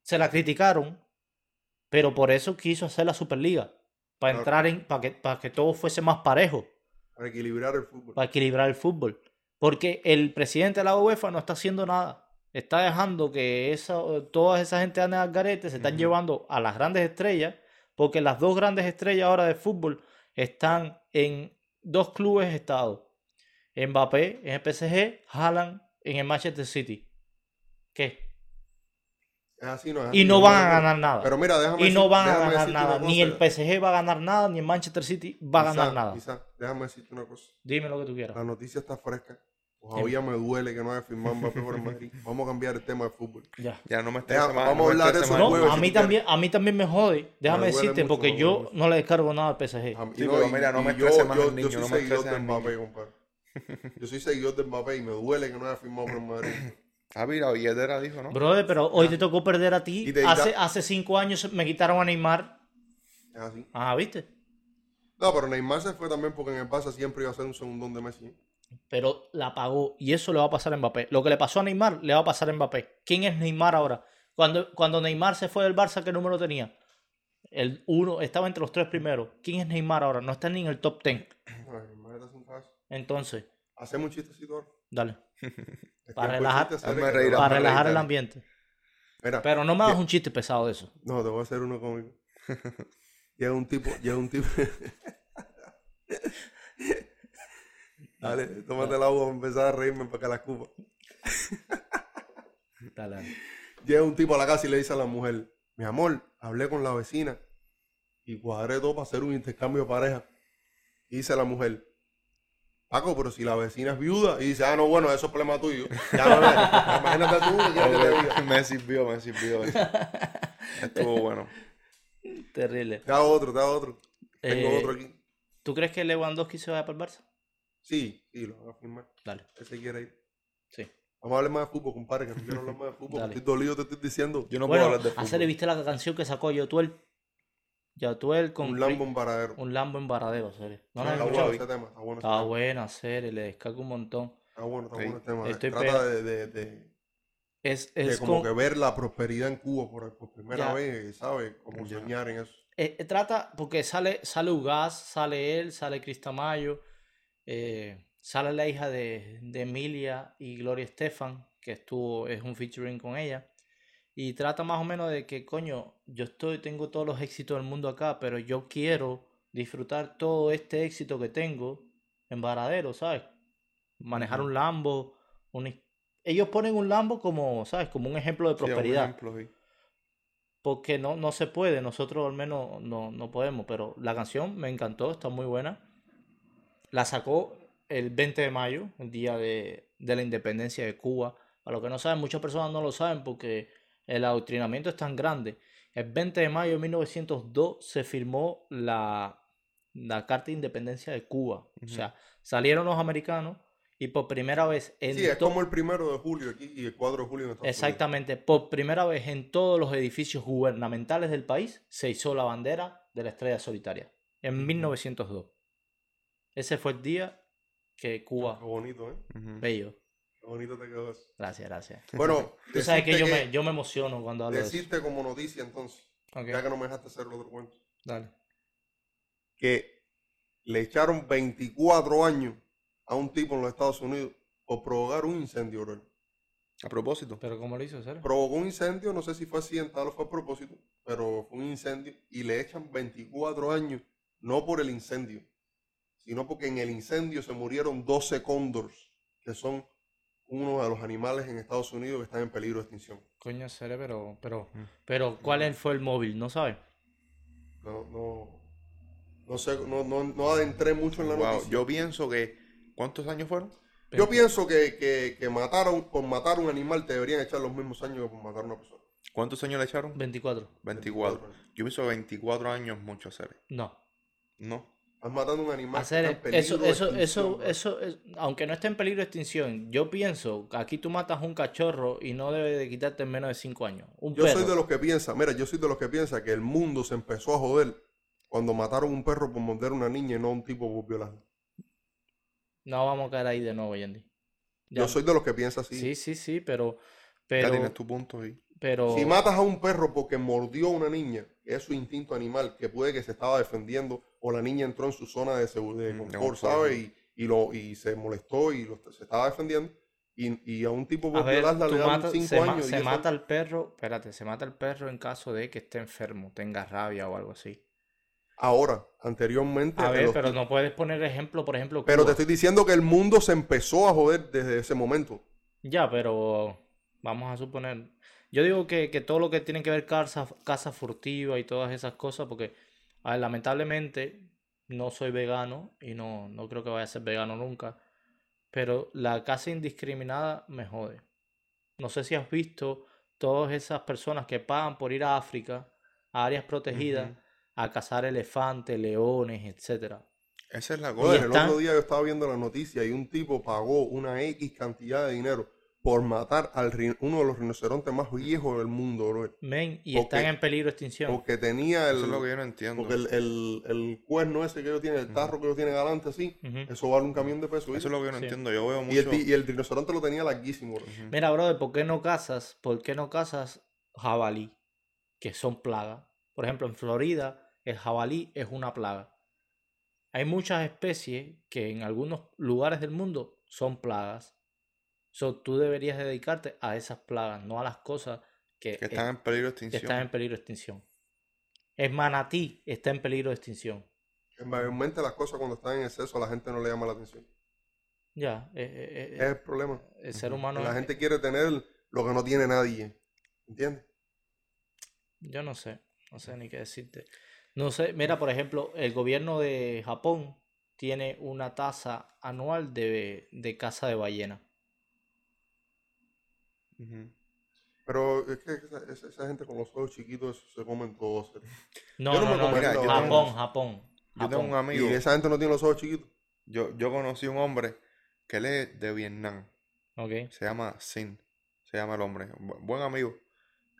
A: Se la criticaron, pero por eso quiso hacer la Superliga. Para
C: Claro.
A: entrar en, para que, para que todo fuese más parejo,
C: Para equilibrar el fútbol.
A: para equilibrar el fútbol. Porque el presidente de la UEFA no está haciendo nada. Está dejando que esa, toda esa gente ande al garete, se están
B: Ujú.
A: llevando a las grandes estrellas, porque las dos grandes estrellas ahora de fútbol están en dos clubes estados. Mbappé en el PSG, Haaland en el Manchester City. ¿Qué?
C: Es así, no es así.
A: Y no
C: Es
A: van
C: una
A: a
C: locura.
A: ganar nada.
C: Pero mira, déjame
A: y no
C: decir-
A: van a
C: déjame
A: ganar
C: decirte una
A: nada. Ni el
C: cosa.
A: PSG va a ganar nada, ni el Manchester City va a ganar
C: Isaac,
A: nada.
C: Isaac, déjame decirte una cosa.
A: Dime lo que tú
C: La
A: quieras.
C: noticia está fresca. Todavía me duele que no haya firmado Mbappé por el Madrid. Vamos a cambiar el tema de fútbol.
A: Ya.
B: Ya no me
C: Ya,
B: está más.
C: vamos a hablar de eso
A: No,
C: huevo,
A: a mí
C: si tú quieres.
A: también, a mí también me jode. Déjame
C: duele
A: decirte,
C: mucho, Ah,
A: porque
C: me duele
A: yo
C: mucho.
A: no le descargo nada al PSG.
C: A mí-
B: Sí, pero mira, no me estreses más al niño,
C: soy
B: no me
C: seguidor
B: estreses
C: de
B: al
C: Mbappé, compadre. Yo soy seguidor de Mbappé y me duele que no haya firmado por el Madrid.
B: Ah, mira, la billetera dijo, ¿no?
A: Brother, pero hoy te tocó perder a ti.
C: Y te-
A: Hace, hace cinco años me quitaron a Neymar.
C: Es así.
A: Ah, ¿viste?
C: No, pero Neymar se fue también porque en el Barça siempre iba a ser un segundón de Messi. ¿eh?
A: Pero la pagó. Y eso le va a pasar a Mbappé. Lo que le pasó a Neymar, le va a pasar a Mbappé. ¿Quién es Neymar ahora? Cuando, cuando Neymar se fue del Barça, ¿qué número tenía? El uno, estaba entre los tres primeros. ¿Quién es Neymar ahora? No está ni en el top ten.
C: Es Ay, madre, es un caso.
A: Entonces,
C: Hacemos un chistecito ahora.
A: dale.
C: Es
A: Para
C: que el
A: relajar-
C: chiste se
B: Hazme
C: le-
B: reír,
A: Para
B: hazme reír,
A: relajar el
B: dale.
A: ambiente.
C: Mira,
A: Pero no me hagas
C: Bien.
A: un chiste pesado de eso.
C: No, te voy a hacer uno cómico. Llega un tipo, llega un tipo. Dale, tómate el agua para empezar a reírme para que la escupa.
A: Dale, dale.
C: Llega un tipo a la casa y le dice a la mujer, mi amor, hablé con la vecina y cuadré todo para hacer un intercambio de pareja. Y dice la mujer, Paco, pero si la vecina es viuda, y dice, ah, no, bueno, eso es problema tuyo. Ya, bebé, imagínate tú, ¿qué quieres que te diga?
B: Ok, Eh, Me sirvió, me sirvió. eso. Estuvo bueno.
A: Terrible.
C: Te hago otro, te hago otro. Tengo
A: Eh,
C: otro aquí.
A: ¿Tú crees que Lewandowski se vaya para el Barça?
C: Sí, sí, lo voy a firmar.
A: Dale.
C: Ese quiere ir.
A: Sí.
C: Vamos a hablar más de fútbol, compadre, que no quiero hablar más de fútbol. que
A: Dale.
C: estoy dolido, te estoy diciendo.
B: Yo no puedo
A: bueno,
B: hablar de fútbol.
A: hacerle, ¿viste la canción que sacó Yotuel? Yotuel con
C: un
A: Cri-
C: Lambo Ah, en paradero.
A: un Lambo en Varadero, serio. ¿No la
C: está
A: has
C: bueno
A: escuchado?
C: ese tema, está bueno ese
A: Está
C: tema.
A: buena, serie, le descargo un montón.
C: Está bueno, está
B: Sí.
C: bueno el tema. eh.
A: Estoy
C: Trata
A: pegado.
C: de, de- de-
A: Es,
C: de
A: es
C: como
A: con-
C: que ver la prosperidad en Cuba por, por primera
A: Ya.
C: vez, ¿sabes? Como
B: Ya.
C: soñar en eso.
A: eh, eh, trata, porque sale, sale Ugaz, sale él, sale Cristamayo, eh, sale la hija de, de Emilia y Gloria Estefan, que estuvo, es un featuring con ella. Y trata más o menos de que, coño, yo estoy, tengo todos los éxitos del mundo acá, pero yo quiero disfrutar todo este éxito que tengo en Varadero, ¿sabes? Manejar
B: Ujú.
A: un Lambo, un is- ellos ponen un Lambo como, ¿sabes? Como un ejemplo de
B: Sí, un
A: prosperidad.
B: ejemplo, sí.
A: porque no, no se puede, nosotros al menos no, no podemos, pero la canción me encantó, está muy buena. La sacó el 20 de mayo, el día de, de la independencia de Cuba. Para los que no saben, muchas personas no lo saben porque el adoctrinamiento es tan grande. El 20 de mayo de 1902 se firmó la, la Carta de Independencia de Cuba. O sea, salieron los americanos y por primera vez en
C: Sí, es
A: to-
C: como el primero de julio aquí y el 4 de julio en Estados Unidos.
A: Exactamente, por primera vez en todos los edificios gubernamentales del país se hizo la bandera de la estrella solitaria, en 1902. Ese fue el día que Cuba,
C: Qué bonito, ¿eh?
B: Ujú.
A: bello,
C: Qué bonito te quedó eso.
A: gracias, gracias.
C: Bueno,
A: Tú sabes que
C: decirte
A: yo, Me, yo me emociono cuando hablo de eso.
C: decirte como noticia entonces,
A: Ok,
C: ya que no me dejaste hacer el otro cuento,
A: dale.
C: que le echaron 24 años a un tipo en los Estados Unidos por provocar un incendio, bro.
B: A propósito,
A: Pero ¿cómo lo hizo, Sara?
C: provocó un incendio, no sé si fue accidental o fue a propósito, pero fue un incendio y le echan 24 años, no por el incendio, sino porque en el incendio se murieron 12 cóndores, que son uno de los animales en Estados Unidos que están en peligro de extinción.
A: Coño, Sara, pero, pero,
B: Mm.
A: pero ¿cuál fue el móvil? ¿No sabes?
C: No, no, no sé, no, no, no adentré mucho en la
B: wow,
C: noticia. Yo,
B: yo pienso que. ¿Cuántos años fueron?
C: pienso que, que, que mataron, por matar un animal te deberían echar los mismos años que por matar a una persona.
B: ¿Cuántos años le echaron?
A: 24.
B: 24.
C: años.
B: Yo pienso que 24 años es mucho hacer.
A: No.
B: No.
C: Estás matando un animal que
A: Hacer e-,
C: está en peligro
A: eso,
C: de
A: eso,
C: extinción,
A: eso,
C: bro.
A: eso, es- aunque no esté en peligro de extinción, yo pienso que aquí tú matas un cachorro y no debe de quitarte en menos de 5 años. Un
C: Yo soy
A: perro.
C: de los que piensa, mira, yo soy de los que piensa que el mundo se empezó a joder cuando mataron un perro por morder a una niña y no a un tipo por violarla.
A: No vamos a caer ahí de nuevo, Yendi. Ya-
C: Yo soy de los que piensa así.
A: Sí, sí, sí, pero,
B: Ya
A: pero,
B: tienes tu punto ahí.
A: pero,
C: Si matas a un perro porque mordió a una niña, que es su instinto animal, que puede que se estaba defendiendo, o la niña entró en su zona de, segu- de
B: Mm, de
C: confort,
B: confort,
C: ¿sabes? Y, y lo, y se molestó y lo- se estaba defendiendo. Y, y a un tipo
A: a
C: por
A: ver,
C: violarla
A: tú
C: le dan
A: matas-
C: 5
A: se, ma-
C: años.
A: se
C: y
A: mata al perro, espérate, se mata al perro en caso de que esté enfermo, tenga rabia o algo así.
C: Ahora, anteriormente.
A: A
C: en
A: ver,
C: los
A: pero no puedes poner ejemplo, por ejemplo,
C: Pero te
A: Cuba.
C: estoy diciendo que el mundo se empezó a joder desde ese momento.
A: Ya, pero vamos a suponer. Yo digo que, que todo lo que tiene que ver casa, casa furtiva y todas esas cosas, porque a ver, lamentablemente no soy vegano y no, no creo que vaya a ser vegano nunca, pero la casa indiscriminada me jode. No sé si has visto todas esas personas que pagan por ir a África, a áreas protegidas,
B: Ujú.
A: a cazar elefantes, leones, etcétera.
B: Esa es la
A: Y
C: Brother,
B: cosa.
C: el
A: están-
C: otro día yo estaba viendo la noticia y un tipo pagó una X cantidad de dinero por matar al rin- uno de los rinocerontes más viejos del mundo, brother.
A: Men, y
C: Ok.
A: están en peligro de extinción.
C: Porque tenía
B: Eso es lo que
C: el,
B: yo no entiendo.
C: porque el, el, el cuerno ese que ellos tienen, el tarro que ellos tienen adelante así,
A: Ujú.
C: eso vale un camión de peso.
B: Eso es
C: ¿viste?
B: lo que yo no
A: Sí.
B: entiendo. Yo veo
C: y, el,
B: mucho.
C: ti- y el rinoceronte lo tenía larguísimo, brother.
B: Ujú.
A: Mira, brother, ¿por qué no cazas? ¿Por qué no cazas jabalí? Que son plagas. Por ejemplo, en Florida, el jabalí es una plaga. Hay muchas especies que en algunos lugares del mundo son plagas. So, tú deberías dedicarte a esas plagas, no a las cosas que,
C: eh,
B: Que están en peligro de
A: que
B: extinción.
A: están en peligro de extinción. El manatí está en peligro de extinción.
C: Mayormente las cosas cuando están en exceso a la gente no le llama la atención.
A: Ya, eh, eh, eh,
C: Ese es el problema.
A: el ser
B: ujú.
A: humano.
C: la
A: es-
C: gente quiere tener lo que no tiene nadie. ¿Entiendes?
A: Yo no sé, no sé ni qué decirte. No sé, mira, por ejemplo, el gobierno de Japón tiene una tasa anual de, de caza de ballena.
B: Ujú.
C: Pero es que esa, esa- esa gente con los ojos chiquitos eso se comen todo. serio.
A: No,
C: Yo no
A: no,
C: me
A: no,
C: comería,
A: no,
C: yo
A: Japón,
B: tengo-
A: Japón,
B: Yo tengo
A: Japón.
B: un amigo.
C: Y esa gente no tiene los ojos chiquitos.
B: Yo, yo conocí un hombre que él es de Vietnam.
A: Ok,
B: Se llama Sin. Se llama el hombre. bu- buen amigo.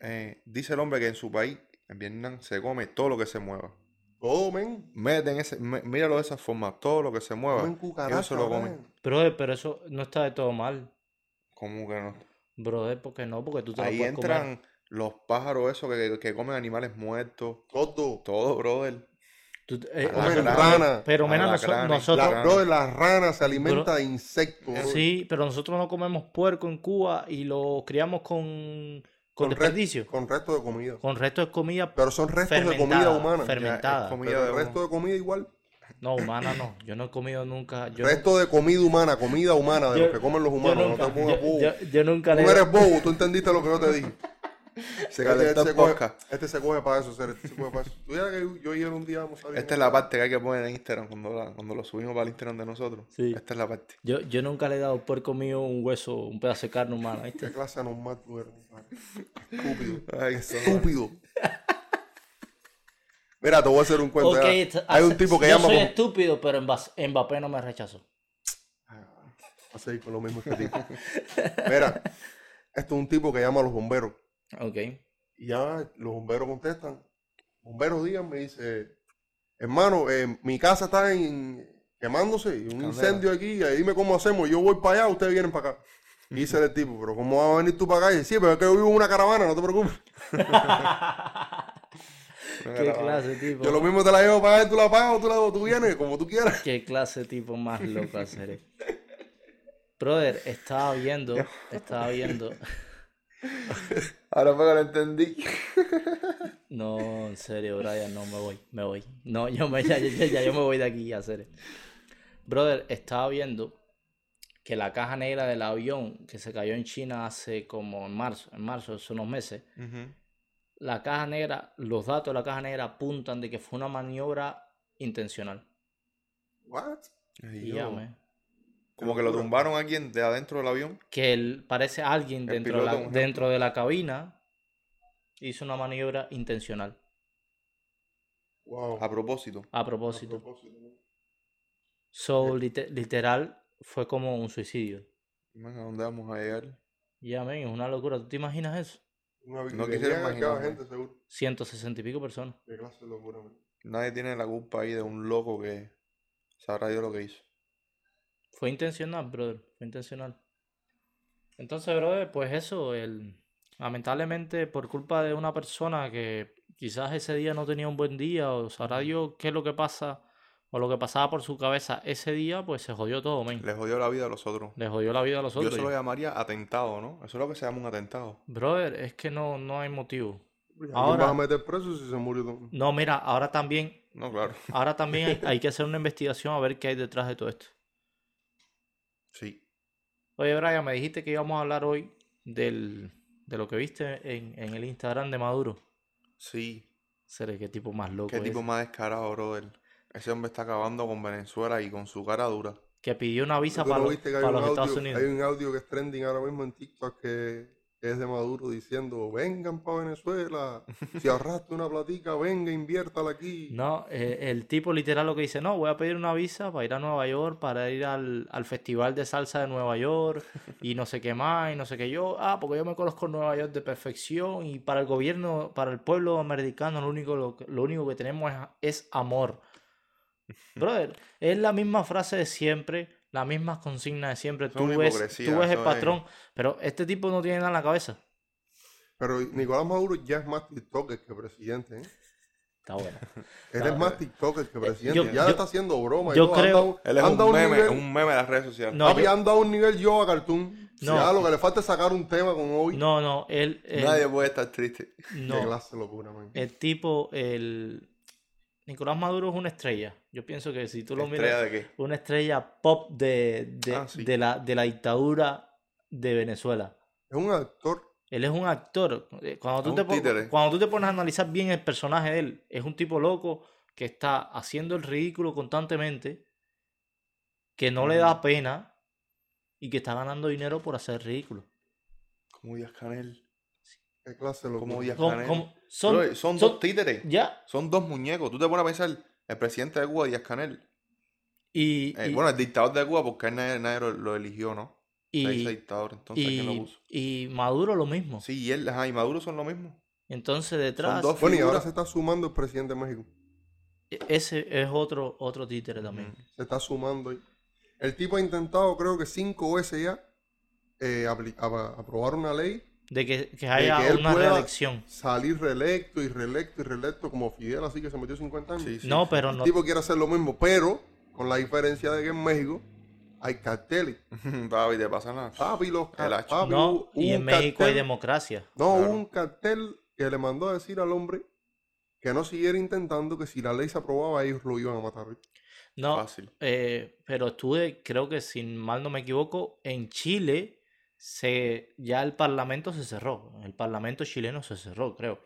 B: Eh, dice el hombre que en su país, en Vietnam, se come todo lo que se mueva.
C: Comen.
B: Meten ese, me- míralo de esa forma. Todo Ah, lo que se mueva.
C: Comen cucarachas.
B: se lo
C: brother.
B: comen.
A: Brother, pero eso no está de todo mal,
B: Como que no.
A: brother, porque no, porque tú te lo
B: Ahí
A: puedes comer.
B: entran los pájaros esos que, que comen animales muertos.
C: Todo.
B: Todo, brother.
A: Tú te- eh,
B: A la
A: o
C: Comen
A: sea,
B: grana.
C: ranas.
A: pero mira, noso-
B: Alacranes,
A: nosotros,
B: la-
C: Bro, las ranas se alimenta de insectos. bro.
A: sí, pero nosotros no comemos puerco en Cuba y lo criamos con, con,
C: res-
A: desperdicio,
C: con resto de comida.
A: con resto de comida
C: Pero son restos de comida
A: Fermentada,
C: humana.
A: fermentada.
B: Ya, es comida
C: Pero
B: de
C: el
B: uno.
C: resto de comida igual.
A: No, humana no. Yo no he comido nunca. Yo, nu-
C: resto de comida humana, comida humana, de
A: Yo-
C: lo que comen los
A: yo
C: humanos.
A: nunca,
C: no te pongas
A: yo-
C: bobo.
A: yo- yo nunca
C: Tú
A: le
C: no eres bobo, tú entendiste lo que yo te dije.
B: Se
C: Este-
B: calentó
C: este,
B: el
C: se coge,
B: podcast.
C: este se coge para eso, Cere, este se coge para eso. Tú ya que yo- yo ayer un día vamos a salir.
B: Esta es la parte que hay que poner en Instagram cuando, la- cuando lo subimos para el Instagram de nosotros.
A: Sí.
B: Esta es la parte.
A: yo, yo nunca le he dado por comido un hueso, un pedazo de carne humana, ¿viste?
C: ¿Qué clase anormal tú eres, compadre? Estúpido.
B: Ay,
C: Estúpido. Mira, te voy a hacer un cuento.
A: Ok,
C: ya.
A: it's-
C: Pues, Hay un
A: ace-
C: tipo que
A: yo
C: llama
A: soy
C: con-
A: estúpido, pero Mbas- Mbappé no me rechazó.
C: Voy Ah, a seguir con lo mismo que tipo. Mira, esto es un tipo que llama a los bomberos.
A: Ok.
C: Y ya los bomberos contestan. Bomberos días me dice, hermano, eh, mi casa está en, quemándose, y un
B: Candela.
C: incendio aquí, ahí dime cómo hacemos, yo voy para allá, ustedes vienen para acá. Y dice el tipo, pero ¿cómo va a venir tú para acá? Y dice, sí, pero es que yo vivo en una caravana, no te preocupes.
A: Qué clase de tipo.
C: Yo lo mismo te la llevo para allá, tú la pagas, tú, la, tú vienes, como tú quieras.
A: Qué clase de tipo más loco hacer. Brother, estaba viendo, estaba viendo.
B: Ahora fue que lo entendí.
A: No, en serio, Brian, no me voy, me voy. No, yo me, ya, ya- ya- ya yo me voy de aquí a serio. Brother, estaba viendo que la caja negra del avión que se cayó en China hace como en marzo, en marzo, hace unos meses, la caja negra, los datos de la caja negra apuntan de que fue una maniobra intencional.
C: What?
B: Ay,
A: Y
B: yo.
A: llame.
B: Como que lo tumbaron a alguien de adentro del avión.
A: Que el- parece alguien
B: El
A: dentro de, la,
B: piloto, un
A: dentro de la cabina hizo una maniobra intencional.
C: Wow.
B: A propósito.
A: A
C: A
A: propósito.
C: propósito, ¿no?
A: So, lite- literal, fue como un suicidio.
B: Man, ¿A dónde vamos a llegar?
A: Ya, men, es una locura. ¿Tú te imaginas eso?
B: No
C: Una no
B: quisiera
C: quisiera
B: imaginarme.
C: gente, seguro.
A: 160 y pico personas.
C: Qué clase de locura, man.
B: Nadie tiene la culpa ahí de un loco que sabrá Dios lo que hizo.
A: Fue intencional, brother. Fue intencional. Entonces, brother, pues eso. El... Lamentablemente, por culpa de una persona que quizás ese día no tenía un buen día, o sabrá Dios qué es lo que pasa, o lo que pasaba por su cabeza ese día, pues se jodió todo, men.
B: Le jodió la vida a los otros.
A: Le jodió la vida a los
B: Yo
A: otros.
B: se lo llamaría atentado, ¿no? Eso es lo que se llama un atentado.
A: Brother, es que no, no hay motivo.
C: ¿Y a quién
A: Ahora-
C: vas a meter preso si se murió todo?
A: No, mira, ahora también
B: No, claro.
A: Ahora también hay, hay que hacer una investigación a ver qué hay detrás de todo esto.
B: Sí.
A: Oye, Brian, me dijiste que íbamos a hablar hoy del, de lo que viste en, en el Instagram de Maduro.
B: Sí.
A: Seré qué tipo más loco.
B: Qué
A: es
B: tipo
A: ese?
B: más descarado, brother. Ese hombre está acabando con Venezuela y con su cara dura.
A: Que pidió una visa
C: ¿Tú no
A: para, los-
C: viste que hay
A: para
C: un
A: los Estados
C: audio-
A: Unidos.
C: Hay un audio que es trending ahora mismo en TikTok que que es de Maduro diciendo, vengan para Venezuela, si ahorraste una platica, venga, inviértala aquí.
A: No, eh, el tipo literal lo que dice, no, voy a pedir una visa para ir a Nueva York, para ir al, al Festival de Salsa de Nueva York y no sé qué más y no sé qué yo. Ah, porque yo me conozco Nueva York de perfección y para el gobierno, para el pueblo americano lo único, lo, que- lo único que tenemos es, es amor. Brother, es la misma frase de siempre, las mismas consignas de siempre.
B: Son
A: Tú ves,
B: hipocresía,
A: tú ves el
B: eso es.
A: patrón, pero este tipo no tiene nada en la cabeza.
C: Pero Nicolás Maduro ya es más TikToker que presidente. ¿eh?
A: Está bueno.
C: Eres más TikToker que presidente.
A: eh, yo-
C: ya
A: yo-
C: está haciendo broma. y
A: yo
C: todo. Han
A: creo-
C: dado-
B: Él es
C: han
B: un
C: dado
B: meme,
C: nivel-
B: es un meme de las redes sociales.
A: No,
C: Papi,
A: yo-
C: han dado un nivel yo a Cartoon.
A: No.
C: Ya, lo que le falta es sacar un tema con hoy.
A: No, no, él. él-
B: Nadie puede estar triste.
C: Qué
A: no, Eh,
C: clase de locura, man.
A: el tipo, el. Nicolás Maduro es una estrella. Yo pienso que si tú lo miras.
B: ¿Estrella de qué?
A: una estrella pop de, de,
B: Ah, sí.
A: de la, de la dictadura de Venezuela.
C: Es un actor.
A: Él es un actor. Eh, Cuando tú,
B: Es
A: te
B: un
A: pon-
B: títere.
A: cuando tú te pones a analizar bien el personaje de él, es un tipo loco que está haciendo el ridículo constantemente, que no le da pena y que está ganando dinero por hacer ridículo.
B: Como Díaz Canel.
C: Qué clase de
B: Como
C: locura.
B: Díaz
A: Como-
B: Canel.
A: como- son,
B: ¿eh? Bro,
A: son-
B: son dos títeres.
A: ya.
B: Son dos muñecos. Tú te pones a pensar, el presidente de Cuba, Díaz Canel. Eh,
A: Y, y-
B: bueno, el dictador de Cuba, porque él nadie, nadie lo, lo eligió, ¿no?
A: y-
B: Ahí está dictador, entonces ¿quién lo
A: y-
B: puso?
A: y Maduro lo mismo.
B: Sí, y él, ajá, y Maduro son lo mismo.
A: Entonces detrás,
B: dos
C: Bueno, y ahora
B: figuras.
C: se está sumando el presidente de México.
A: e- ese es otro, otro títere también.
B: Ujú.
C: Se está sumando ahí. El tipo ha intentado, creo que cinco veces ya, eh, apli- a- aprobar una ley,
A: De que, que haya
C: que él
A: una
C: pueda-
A: reelección.
C: salir reelecto y reelecto y reelecto, como Fidel, así que se metió 50 años.
B: Sí, sí.
A: no, pero
C: El
A: no.
C: tipo quiere hacer lo mismo, pero con la diferencia de que en México hay carteles.
B: Papi, te pasa nada.
A: Ah,
C: Papi, los ca-
B: El hacha.
C: papi,
A: No,
C: hubo
A: y
C: un
A: en México hay
C: cartel-
A: democracia.
C: No,
B: Claro.
C: hubo un cartel que le mandó a decir al hombre que no siguiera intentando, que si la ley se aprobaba, ellos lo iban a matar.
A: No,
B: Fácil.
A: eh, pero estuve, creo que sin mal no me equivoco, en Chile se, ya el parlamento se cerró. El parlamento chileno se cerró, creo.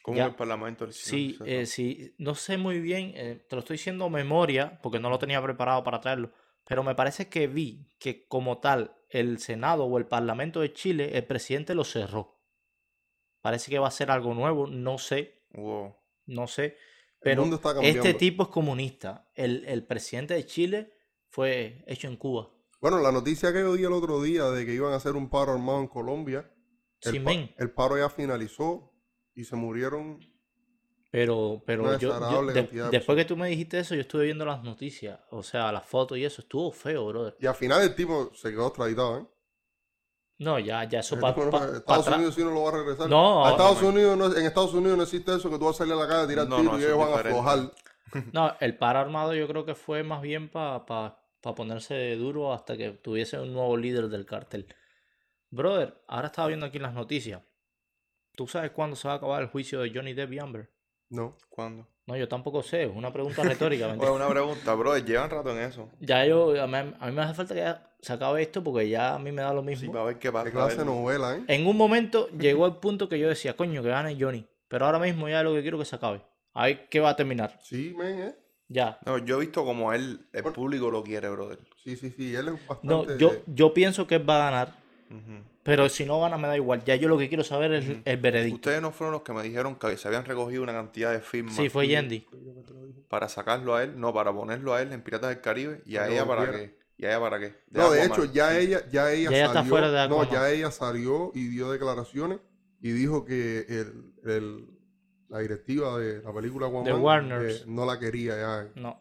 B: Como
A: Ya.
B: el parlamento del
A: Sí,
B: Senado,
A: eh, sí, no sé muy bien, eh, te lo estoy diciendo a memoria, porque no lo tenía preparado para traerlo, pero me parece que vi que como tal el Senado o el Parlamento de Chile, el presidente lo cerró. Parece que va a ser algo nuevo, no sé,
B: Wow.
A: no sé, pero
C: mundo está
A: este
C: cambiando.
A: tipo es comunista. El, el presidente de Chile fue hecho en Cuba.
C: Bueno, la noticia que yo di el otro día de que iban a hacer un paro armado en Colombia, el,
A: Sí,
C: pa-
A: men,
C: el paro ya finalizó y se murieron.
A: Pero, pero
C: Una
A: yo- yo-
C: desagradable
A: de-
C: cantidad de
A: después que tú me dijiste eso, yo estuve viendo las noticias, o sea, las fotos y eso, estuvo feo, brother.
C: Y al final el tipo se quedó extraditado, ¿eh?
A: No, ya, ya eso
C: El
A: para
C: tipo no- Estados Unidos Ah, sí no lo va a regresar.
A: No,
C: A Estados
B: no,
C: Unidos no- en Estados Unidos no existe eso que tú vas a salir a la calle a tirar
B: No,
C: tiro
B: no,
C: y
B: eso
C: ellos
B: es
C: van a
B: diferente.
C: aflojar.
A: No, el par armado yo creo que fue más bien para ponerse duro hasta que tuviese un nuevo líder del cartel. Brother, ahora estaba viendo aquí las noticias. ¿Tú sabes cuándo se va a acabar el juicio de Johnny Depp y Amber?
C: No.
B: ¿Cuándo?
A: No, yo tampoco sé, es una pregunta retórica. ¿me
B: Oye,
A: entiendes?
B: una pregunta, bro. Llevan rato en eso.
A: Ya yo, a mí, a mí me hace falta que ya se acabe esto porque ya a mí me da lo
B: Sí,
A: mismo.
B: para ver qué pasa.
C: Qué clase de
B: a ver.
C: novela, ¿eh?
A: En un momento llegó al punto que yo decía, coño, que gane Johnny. Pero ahora mismo ya lo que quiero que se acabe. A ver qué va a terminar.
C: Sí, men, ¿eh?
A: Ya.
B: No, yo he visto como él, el
C: Bueno.
B: público lo quiere, brother.
C: Sí, sí, sí. Él es bastante.
A: No, yo, yo pienso que él va a ganar.
B: Ujú.
A: Pero si no gana, me da igual. Ya yo lo que quiero saber es el veredicto.
B: Ustedes no fueron los que me dijeron que se habían recogido una cantidad de firmas
A: Sí, fue Yendi.
B: para sacarlo a él, no, para ponerlo a él en Piratas del Caribe y a
C: Para que
B: ella para
C: volviera.
B: qué. Y a ella para qué.
C: No, de
B: Aquaman.
C: hecho, ya ella, ya ella
A: Ya ella está
C: salió.
A: fuera de
C: no,
A: Aquaman.
C: ya ella salió y dio declaraciones y dijo que el, el- la directiva de la película Aquaman
A: De Warners.
C: eh, no la quería ya.
A: No.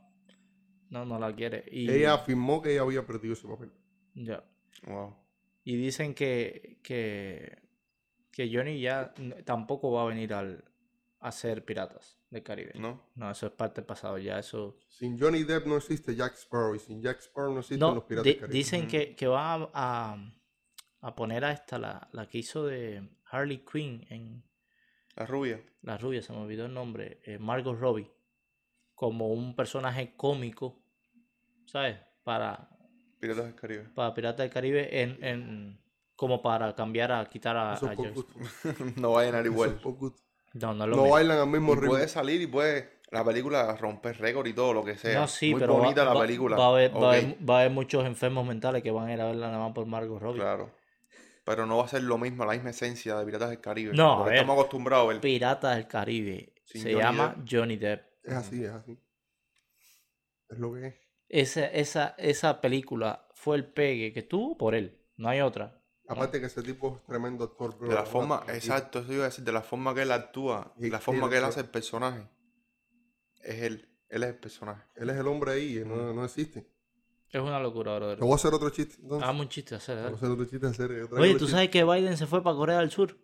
A: No, no la quiere. Y,
C: Ella afirmó que ella había perdido ese papel.
A: ya.
B: Wow.
A: y dicen que, que, que Johnny ya n- tampoco va a venir al, a ser piratas del Caribe. No.
B: ¿No?
A: eso es parte del pasado. Ya eso.
C: Sin Johnny Depp no existe Jack Sparrow y sin Jack Sparrow no existen los
A: No,
C: piratas
A: di-
C: del Caribe.
A: dicen
B: Ujú.
A: que, que van a, a, a poner a esta, la, la que hizo de Harley Quinn en
B: La rubia.
A: La Rubia, se me olvidó el nombre, eh, Margot Robbie, como un personaje cómico, ¿sabes? Para,
B: Piratas del Caribe.
A: para Pirata del Caribe, en, en- como para cambiar a quitar a,
C: Eso
A: a
C: es por
A: James.
C: gusto.
B: no va a llenar
C: Eso
B: igual.
C: es por gusto.
A: No, no es lo
C: No
A: mismo.
C: bailan al mismo
B: Y pues,
C: ritmo.
B: puede salir y puede la película romper récord y todo lo que sea.
A: No, sí,
B: Muy
A: pero va-
B: bonita la
A: va-
B: película.
A: Va a, haber, va, a haber,
B: Ok,
A: va a haber muchos enfermos mentales que van a ir a verla nada más por Margot Robbie.
B: Claro. Pero no va a ser lo mismo, la misma esencia de Piratas del Caribe.
A: No, a
B: porque
A: ver.
B: estamos acostumbrados a ver.
A: Pirata del Caribe.
B: Sin
A: se
B: Johnny
A: llama
B: Depp.
A: Johnny Depp.
C: Es así, es así. Es lo que es.
A: Esa, esa, esa película fue el pegue que tuvo por él. No hay otra.
C: Aparte que ese tipo es tremendo actor.
B: De la forma, exacto, eso iba a decir, de la forma que él actúa,
C: Y-
B: la
C: y-
B: forma que él hace el personaje. Es él, él es el personaje.
C: Él es el hombre ahí, eh,
A: Mm.
C: no, no existe.
A: Es una locura, brother.
C: Te voy a hacer otro chiste. Entonces.
A: Hagamos un chiste, hacer,
C: Te voy a
A: dale.
C: hacer otro chiste en serio. Traigo
A: Oye,
C: los
A: ¿tú
C: chistes.
A: sabes que Biden se fue para Corea del Sur?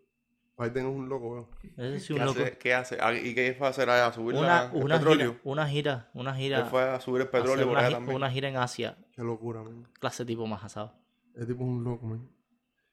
C: Biden es un loco, weón.
A: Ese sí,
B: ¿Qué
A: un loco.
B: hace, ¿Qué hace? Ah, ¿Y qué fue a hacer allá? ¿A subir
A: Una,
B: la- el
A: una,
B: petróleo?
A: gira, una gira, una gira.
B: Él fue a subir el petróleo
A: hacer
B: por
A: una,
B: allá
A: gi-
B: también.
A: una gira en Asia,
C: Qué locura, man.
A: clase tipo más asado.
C: Ese tipo es un loco, man.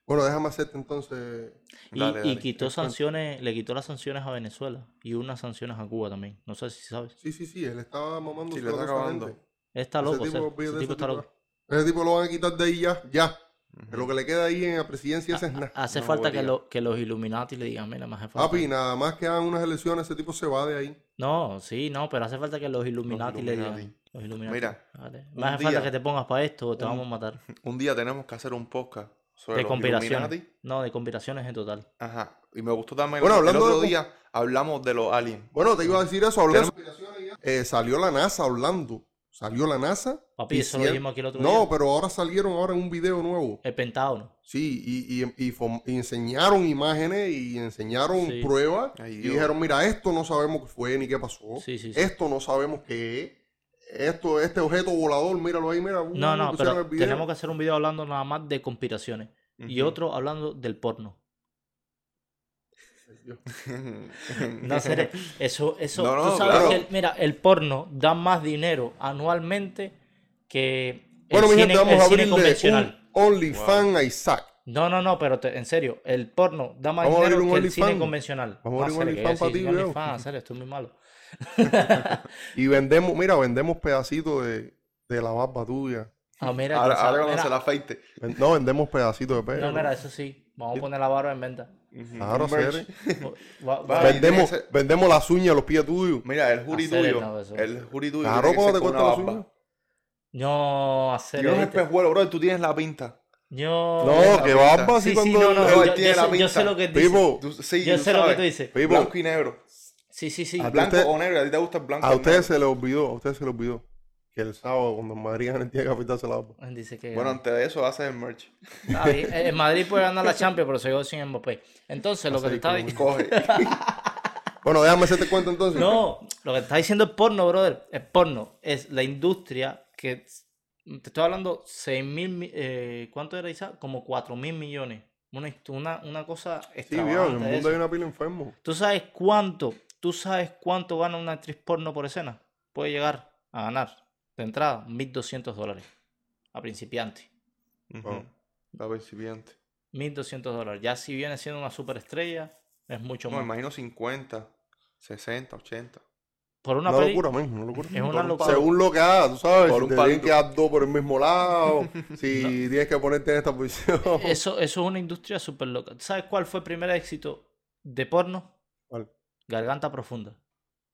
C: Bueno, déjame hacerte entonces.
A: Y,
B: Dale,
A: y
B: dale.
A: quitó
C: Descuento.
A: sanciones, le quitó las sanciones a Venezuela y unas sanciones a Cuba también. No sé si sabes.
C: Sí, sí, sí, él estaba mamando
B: Sí,
C: su
B: le está acabando.
A: Está loco, o
C: ese
A: sea,
C: tipo,
A: ese
C: olvídate de
A: tipo
C: ese
A: está
C: tipo.
A: loco.
C: Ese tipo lo van a quitar de ahí ya, ya.
B: Ujú.
C: Que Lo que le queda ahí en la presidencia
A: Ah,
C: ese es nada.
A: Hace
B: No, Ah,
A: falta que,
B: Bolívar.
A: lo- que los Illuminati le digan, mira, más hace falta.
C: Papi, nada más que hagan unas elecciones, ese tipo se va de ahí.
A: No, sí, no, pero hace falta que los Illuminati, le digan.
B: Illuminati.
A: Los Illuminati.
B: Mira,
A: Vale.
B: un
A: Más hace falta
B: día-
A: que te pongas para esto o te
B: un-
A: vamos a matar.
B: Un día tenemos que hacer un podcast sobre
A: De
B: los
A: conspiraciones.
B: Illuminati.
A: No, de conspiraciones en total.
B: Ajá. Y me gustó también.
C: Bueno,
B: el
C: hablando
B: otro
C: de-
B: día hablamos de los aliens.
C: Bueno, te iba a decir eso, hablando de conspiraciones ya. Eh, salió la NASA hablando. Salió la NASA.
A: Papi, eso lo
C: dicien-
A: dijimos aquí el otro
C: No,
A: día.
C: pero Uh, ahora salieron ahora en un video nuevo.
A: El Pentágono.
C: Sí, y, y- y fom- y enseñaron imágenes y enseñaron
A: Sí.
C: pruebas.
B: Ay,
C: y
B: Dios.
C: dijeron, mira, esto no sabemos qué fue ni qué pasó.
A: Sí, sí, sí.
C: Esto no sabemos qué es. Esto, este objeto volador, míralo ahí, mira. uh,
A: No, no,
C: pusieron
A: pero
C: el video.
A: tenemos que hacer un video hablando nada más de conspiraciones. Y
B: Ujú.
A: otro hablando del porno.
C: Ay, Dios.
A: No, seré- eso, eso,
B: No, no,
A: tú sabes
B: claro.
A: que el- mira, el porno da más dinero anualmente que el
C: Bueno, mi
A: cine,
C: gente, vamos
A: el
C: a
A: cine
C: abrirle
A: convencional.
C: un OnlyFans a Isaac.
A: No, no, no, pero te- en serio, el porno da más
C: Vamos a abrir
A: dinero
C: un
A: que el cine
C: OnlyFans.
A: convencional.
C: Vamos a abrir un
A: Hacer, que
C: OnlyFans
A: voy a
C: pa'
A: decir,
C: ti, veo.
A: OnlyFans, hacer, estoy muy malo.
C: Y vendemos, mira, vendemos pedacitos de, de la barba tuya.
A: Ah, mira,
B: Ahora,
A: quién
B: ahora
A: sabe,
B: cuando se la
A: mira,
B: afeite.
C: Ven- No, vendemos pedacitos de pelo.
A: no, mira, eso sí, vamos a poner la barba en venta.
B: Ujú.
C: Claro,
B: Un merch.
C: Cere.
A: Va- va-
B: Ay,
C: vendemos,
B: tiene que ser-
C: vendemos las uñas de los pies tuyos.
B: Mira, el jury
A: Hacer
B: tuyo.
A: todo eso.
B: El jury tuyo.
C: Claro,
B: tiene que
C: ¿cómo
B: ser
C: te
B: con
C: cortas
B: una
C: las
B: barba.
C: uñas?
A: No, hacer,
B: Yo no es
A: ¿viste?
B: espejuelo, bro. Tú tienes la pinta.
A: Yo-
C: No, que barba así
A: sí, sí,
C: cuando.
A: no, no,
B: Él
A: yo, yo
B: tiene
A: sé-
B: la
A: yo
B: pinta.
A: sé lo que dices.
C: Vivo,
B: Tú- sí,
A: Yo
B: tú
A: sé lo que
B: sabes.
A: tú dices.
C: Vivo.
B: Blanco y negro.
A: Sí, sí, sí.
C: A ti
B: Blanco
C: usted-
B: o negro. A ti te gusta el blanco.
C: a
B: o
C: ustedes
B: negro.
C: se les olvidó, a ustedes se les olvidó que el sábado cuando en Madrid ganen tiene que afeitarse la barba.
A: Dice que
B: Bueno, antes de eso haces el merch.
A: Está bien. Eh, el Madrid puede ganar la Champions, pero se quedó sin Mbappé. Entonces, lo que te
C: Así
A: estaba
C: como-
A: diciendo.
B: Coge.
C: Bueno, déjame hacerte cuenta entonces.
A: No, lo que te está diciendo el porno, brother. El porno es la industria que. Te estoy hablando 6 mil. Eh, ¿Cuánto era Isa? Como 4 mil millones. Una, una, una cosa
C: Sí, viejo, en el
A: extravagante. de
C: mundo
A: eso.
C: hay una pila enfermo.
A: ¿Tú sabes cuánto? ¿Tú sabes cuánto gana una actriz porno por escena? Puede llegar a ganar de entrada 1.200 dólares a principiante.
B: Ujú. La principiante.
A: 1.200 dólares. Ya si viene siendo una superestrella, es mucho
B: No, me
A: más.
B: imagino 50, 60, 80.
A: Por una
C: Una
A: peli-
C: locura, man, una locura.
A: Es una
C: Por-
A: locura.
C: Según lo que hagas, tú sabes,
B: Por
C: si
B: un
C: te tienen
B: palito.
C: que dar dos por el mismo lado, si tienes que ponerte en esta posición.
A: Eso, eso es una industria súper loca. ¿Tú ¿Sabes cuál fue el primer éxito de porno?
C: ¿Cuál?
A: Garganta profunda.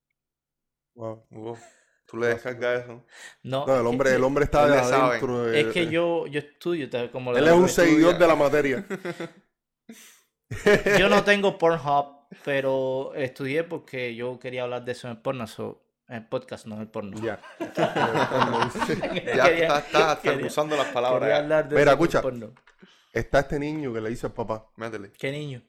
C: Wow.
B: Wow. Tú le descargas eso.
A: No,
C: No, el hombre, el hombre está
B: Él
C: de
B: le sabe.
C: adentro. de-
A: es que yo, yo estudio, te- como le
C: Él es
A: digo,
C: un seguidor
B: estudia.
C: de la materia.
A: yo no tengo Pornhub, pero estudié porque yo quería hablar de eso en el porno, so- en el podcast, no en el porno.
C: ya.
B: Ya
A: Quería-
B: estás está, está
A: quería-
B: usando las
A: quería
B: palabras. ya.
A: hablar de
C: Mira,
A: eso en el
C: escucha.
A: porno.
C: Está este niño que le dice al papá.
B: Métele.
A: ¿Qué niño?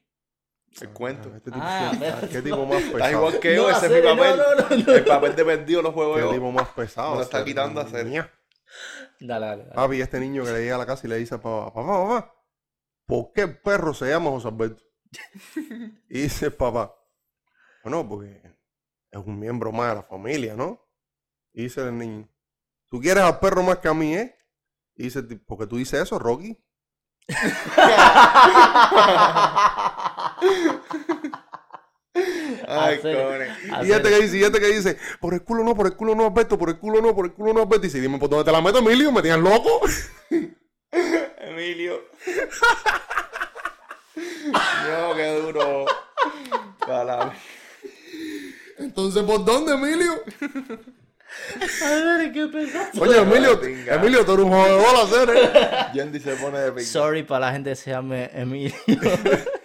B: El cuento.
C: Ah, este tipo,
A: Ah,
C: siempre-
A: pero-
C: qué tipo más
B: Estás
C: pesado.
B: igual que yo,
A: No,
B: ese es mi
A: hacer- no,
B: papel.
A: no, no, no.
B: El papel de perdido lo
C: Qué
B: juego yo.
C: tipo más pesado. este
B: Me lo está
C: hacer-
B: quitando a hacer.
C: Ña.
A: Dale, dale, dale.
C: Papi, este niño que le llega a la casa y le dice al papá, papá, papá, ¿por qué el perro se llama José Alberto? Y dice el papá, bueno, porque es un miembro más de la familia, ¿no? Y dice el niño, tú quieres al perro más que a mí, ¿eh? Y dice, el tipo, ¿por qué tú dices eso, Rocky?
B: Ay,
A: Hacer-
B: cojones.
A: hacer-
C: Y este que dice, y este que dice, por el culo no, por el culo no, Alberto, por el culo no, por el culo no, Alberto. Y dice, dime, ¿por dónde te la meto, Emilio? ¿Me tienes loco?
B: Emilio. No, qué duro. Palabra.
C: Entonces, ¿por dónde, Emilio?
A: Ay, qué pesado.
C: Oye, Emilio,
B: Venga.
C: Emilio, tú eres un jugador a hacer, ¿eh?
B: Yandy se pone de pica.
A: Sorry para la gente que se llame Emilio.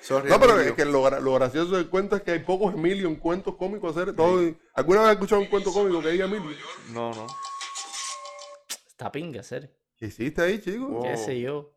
B: Sorry,
C: No, pero
B: Emilio.
C: es que lo, gra- lo gracioso del cuento es que hay pocos Emilio en cuentos cómicos hacer. Todo- ¿Alguna vez has escuchado un cuento cómico que diga Emilio?
B: No, no.
A: Está pinga, serio.
C: ¿Qué hiciste ahí, chico?
A: ¿Qué
B: Oh.
A: sé yo?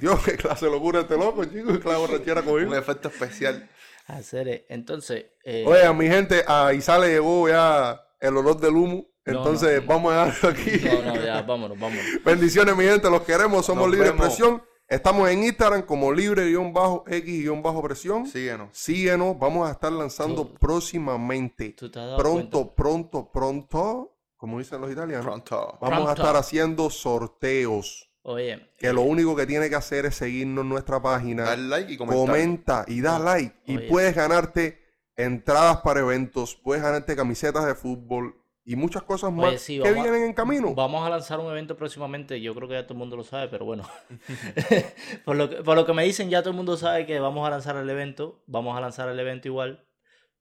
C: Dios, qué clase de locura este loco, chico. Qué clase de borrachera
B: Un
C: cogió.
B: efecto especial.
A: Hacer. Entonces, eh,
C: Oye, a mi gente, a Isa le llegó ya el olor del humo.
A: No,
C: Entonces,
A: no.
C: vamos a dejarlo aquí.
A: no, no, ya, vámonos, vámonos.
C: Bendiciones, mi gente. Los queremos. Somos
B: Nos
C: libre
B: vemos.
C: expresión. Estamos en Instagram como libre-x-presión.
B: Síguenos.
C: Síguenos, vamos a estar lanzando
A: Tú-
C: próximamente.
A: ¿Tú te has dado
C: Pronto,
A: cuenta?
C: pronto, pronto, como dicen los italianos.
B: Pronto.
C: Vamos a
A: Pronto.
C: estar haciendo sorteos.
A: Oye,
C: Que lo único que tiene que hacer es seguirnos en nuestra página.
B: Dale like y comentar.
C: comenta y da
A: Ah,
C: like. Y
A: oye.
C: puedes ganarte entradas para eventos, puedes ganarte camisetas de fútbol y muchas cosas más
A: Oye, sí,
C: que
A: vamos a-
C: vienen en camino.
A: Vamos a lanzar un evento próximamente. Yo creo que ya todo el mundo lo sabe, pero bueno. por, lo que, por lo que me dicen, ya todo el mundo sabe que vamos a lanzar el evento. Vamos a lanzar el evento igual.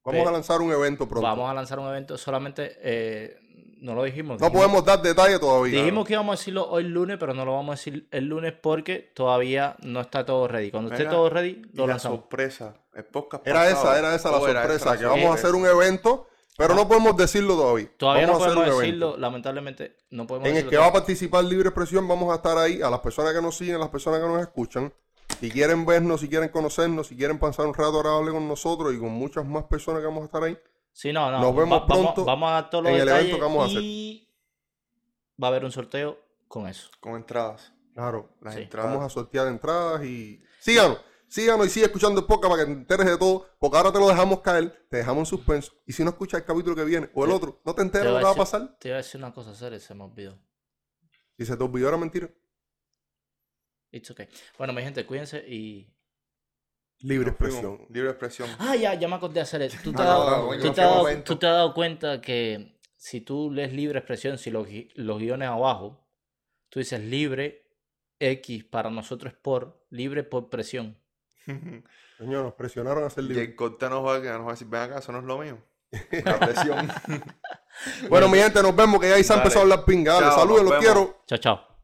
C: Vamos a
A: Pe-
C: lanzar un evento pronto.
A: eh, Vamos a lanzar un evento. Solamente eh, no lo dijimos.
C: No
A: dijimos-
C: podemos dar detalle todavía.
A: Dijimos que íbamos a decirlo hoy lunes, pero no lo vamos a decir el lunes porque todavía no está todo ready. Cuando esté
B: Mira,
A: todo ready,
B: Y
A: lo
B: la
A: lanzamos.
B: sorpresa. El podcast
C: Era
B: pasado.
C: esa, era esa la
B: Oh, era
C: sorpresa,
B: esa
C: que
B: la
C: vamos a
B: sorpresa.
C: hacer un evento, pero no podemos decirlo todavía.
A: Ah. Todavía
C: vamos
A: no
C: a hacer
A: podemos
C: un
A: decirlo,
C: evento.
A: lamentablemente. No podemos
C: En el
A: decirlo
C: que va a
A: todo.
C: participar Libre Expresión, vamos a estar ahí. A las personas que nos siguen, a las personas que nos escuchan. Si quieren vernos, si quieren conocernos, si quieren pasar un rato agradable con nosotros y con muchas más personas que vamos a estar ahí.
A: Sí, no, no.
C: Nos vemos
A: va- vamos-
C: pronto
A: Vamos, a dar todos los
C: en el evento
A: detalles
C: que vamos a hacer.
A: y va a haber un sorteo con eso.
B: Con entradas.
C: Claro.
B: Las
A: Sí.
B: entradas.
C: Vamos a sortear entradas y. Síganos, síganos y sigue escuchando el podcast para que te enteres de todo. Porque ahora te lo dejamos caer, te dejamos en suspenso. Y si no escuchas el capítulo que viene o el
A: Te-
C: otro, no te enteras
A: te
C: de lo
A: voy
C: que
A: a
C: va a
A: decir-
C: pasar.
A: Te iba a decir una cosa, seria, se me olvidó.
C: Si se te olvidó, era mentira.
A: It's okay. Bueno, mi gente, cuídense y.
C: Libre
B: Nos fuimos.
C: expresión.
B: Libre expresión.
A: Ah, ya, ya me acordé de hacer eso. Tú te,
C: Ah,
A: has dado-
C: no, no,
A: tú
C: yo
A: te
C: no
A: has
C: fui
A: dado-
B: momento.
A: tú te has dado cuenta que si tú lees libre expresión, si los, gui- los guiones abajo, tú dices libre X para nosotros es por, libre por presión.
C: Coño, nos presionaron a ser
B: y
C: libres.
B: el corta nos va, a- nos va a decir, ven acá, eso no es lo mío. La presión.
C: Bueno, mi gente, nos vemos que ya ahí se ha
B: Dale.
C: empezado a hablar pinga. Dale,
B: Chao,
C: saludos,
B: nos
C: los
B: vemos.
C: quiero.
A: Chao, chao.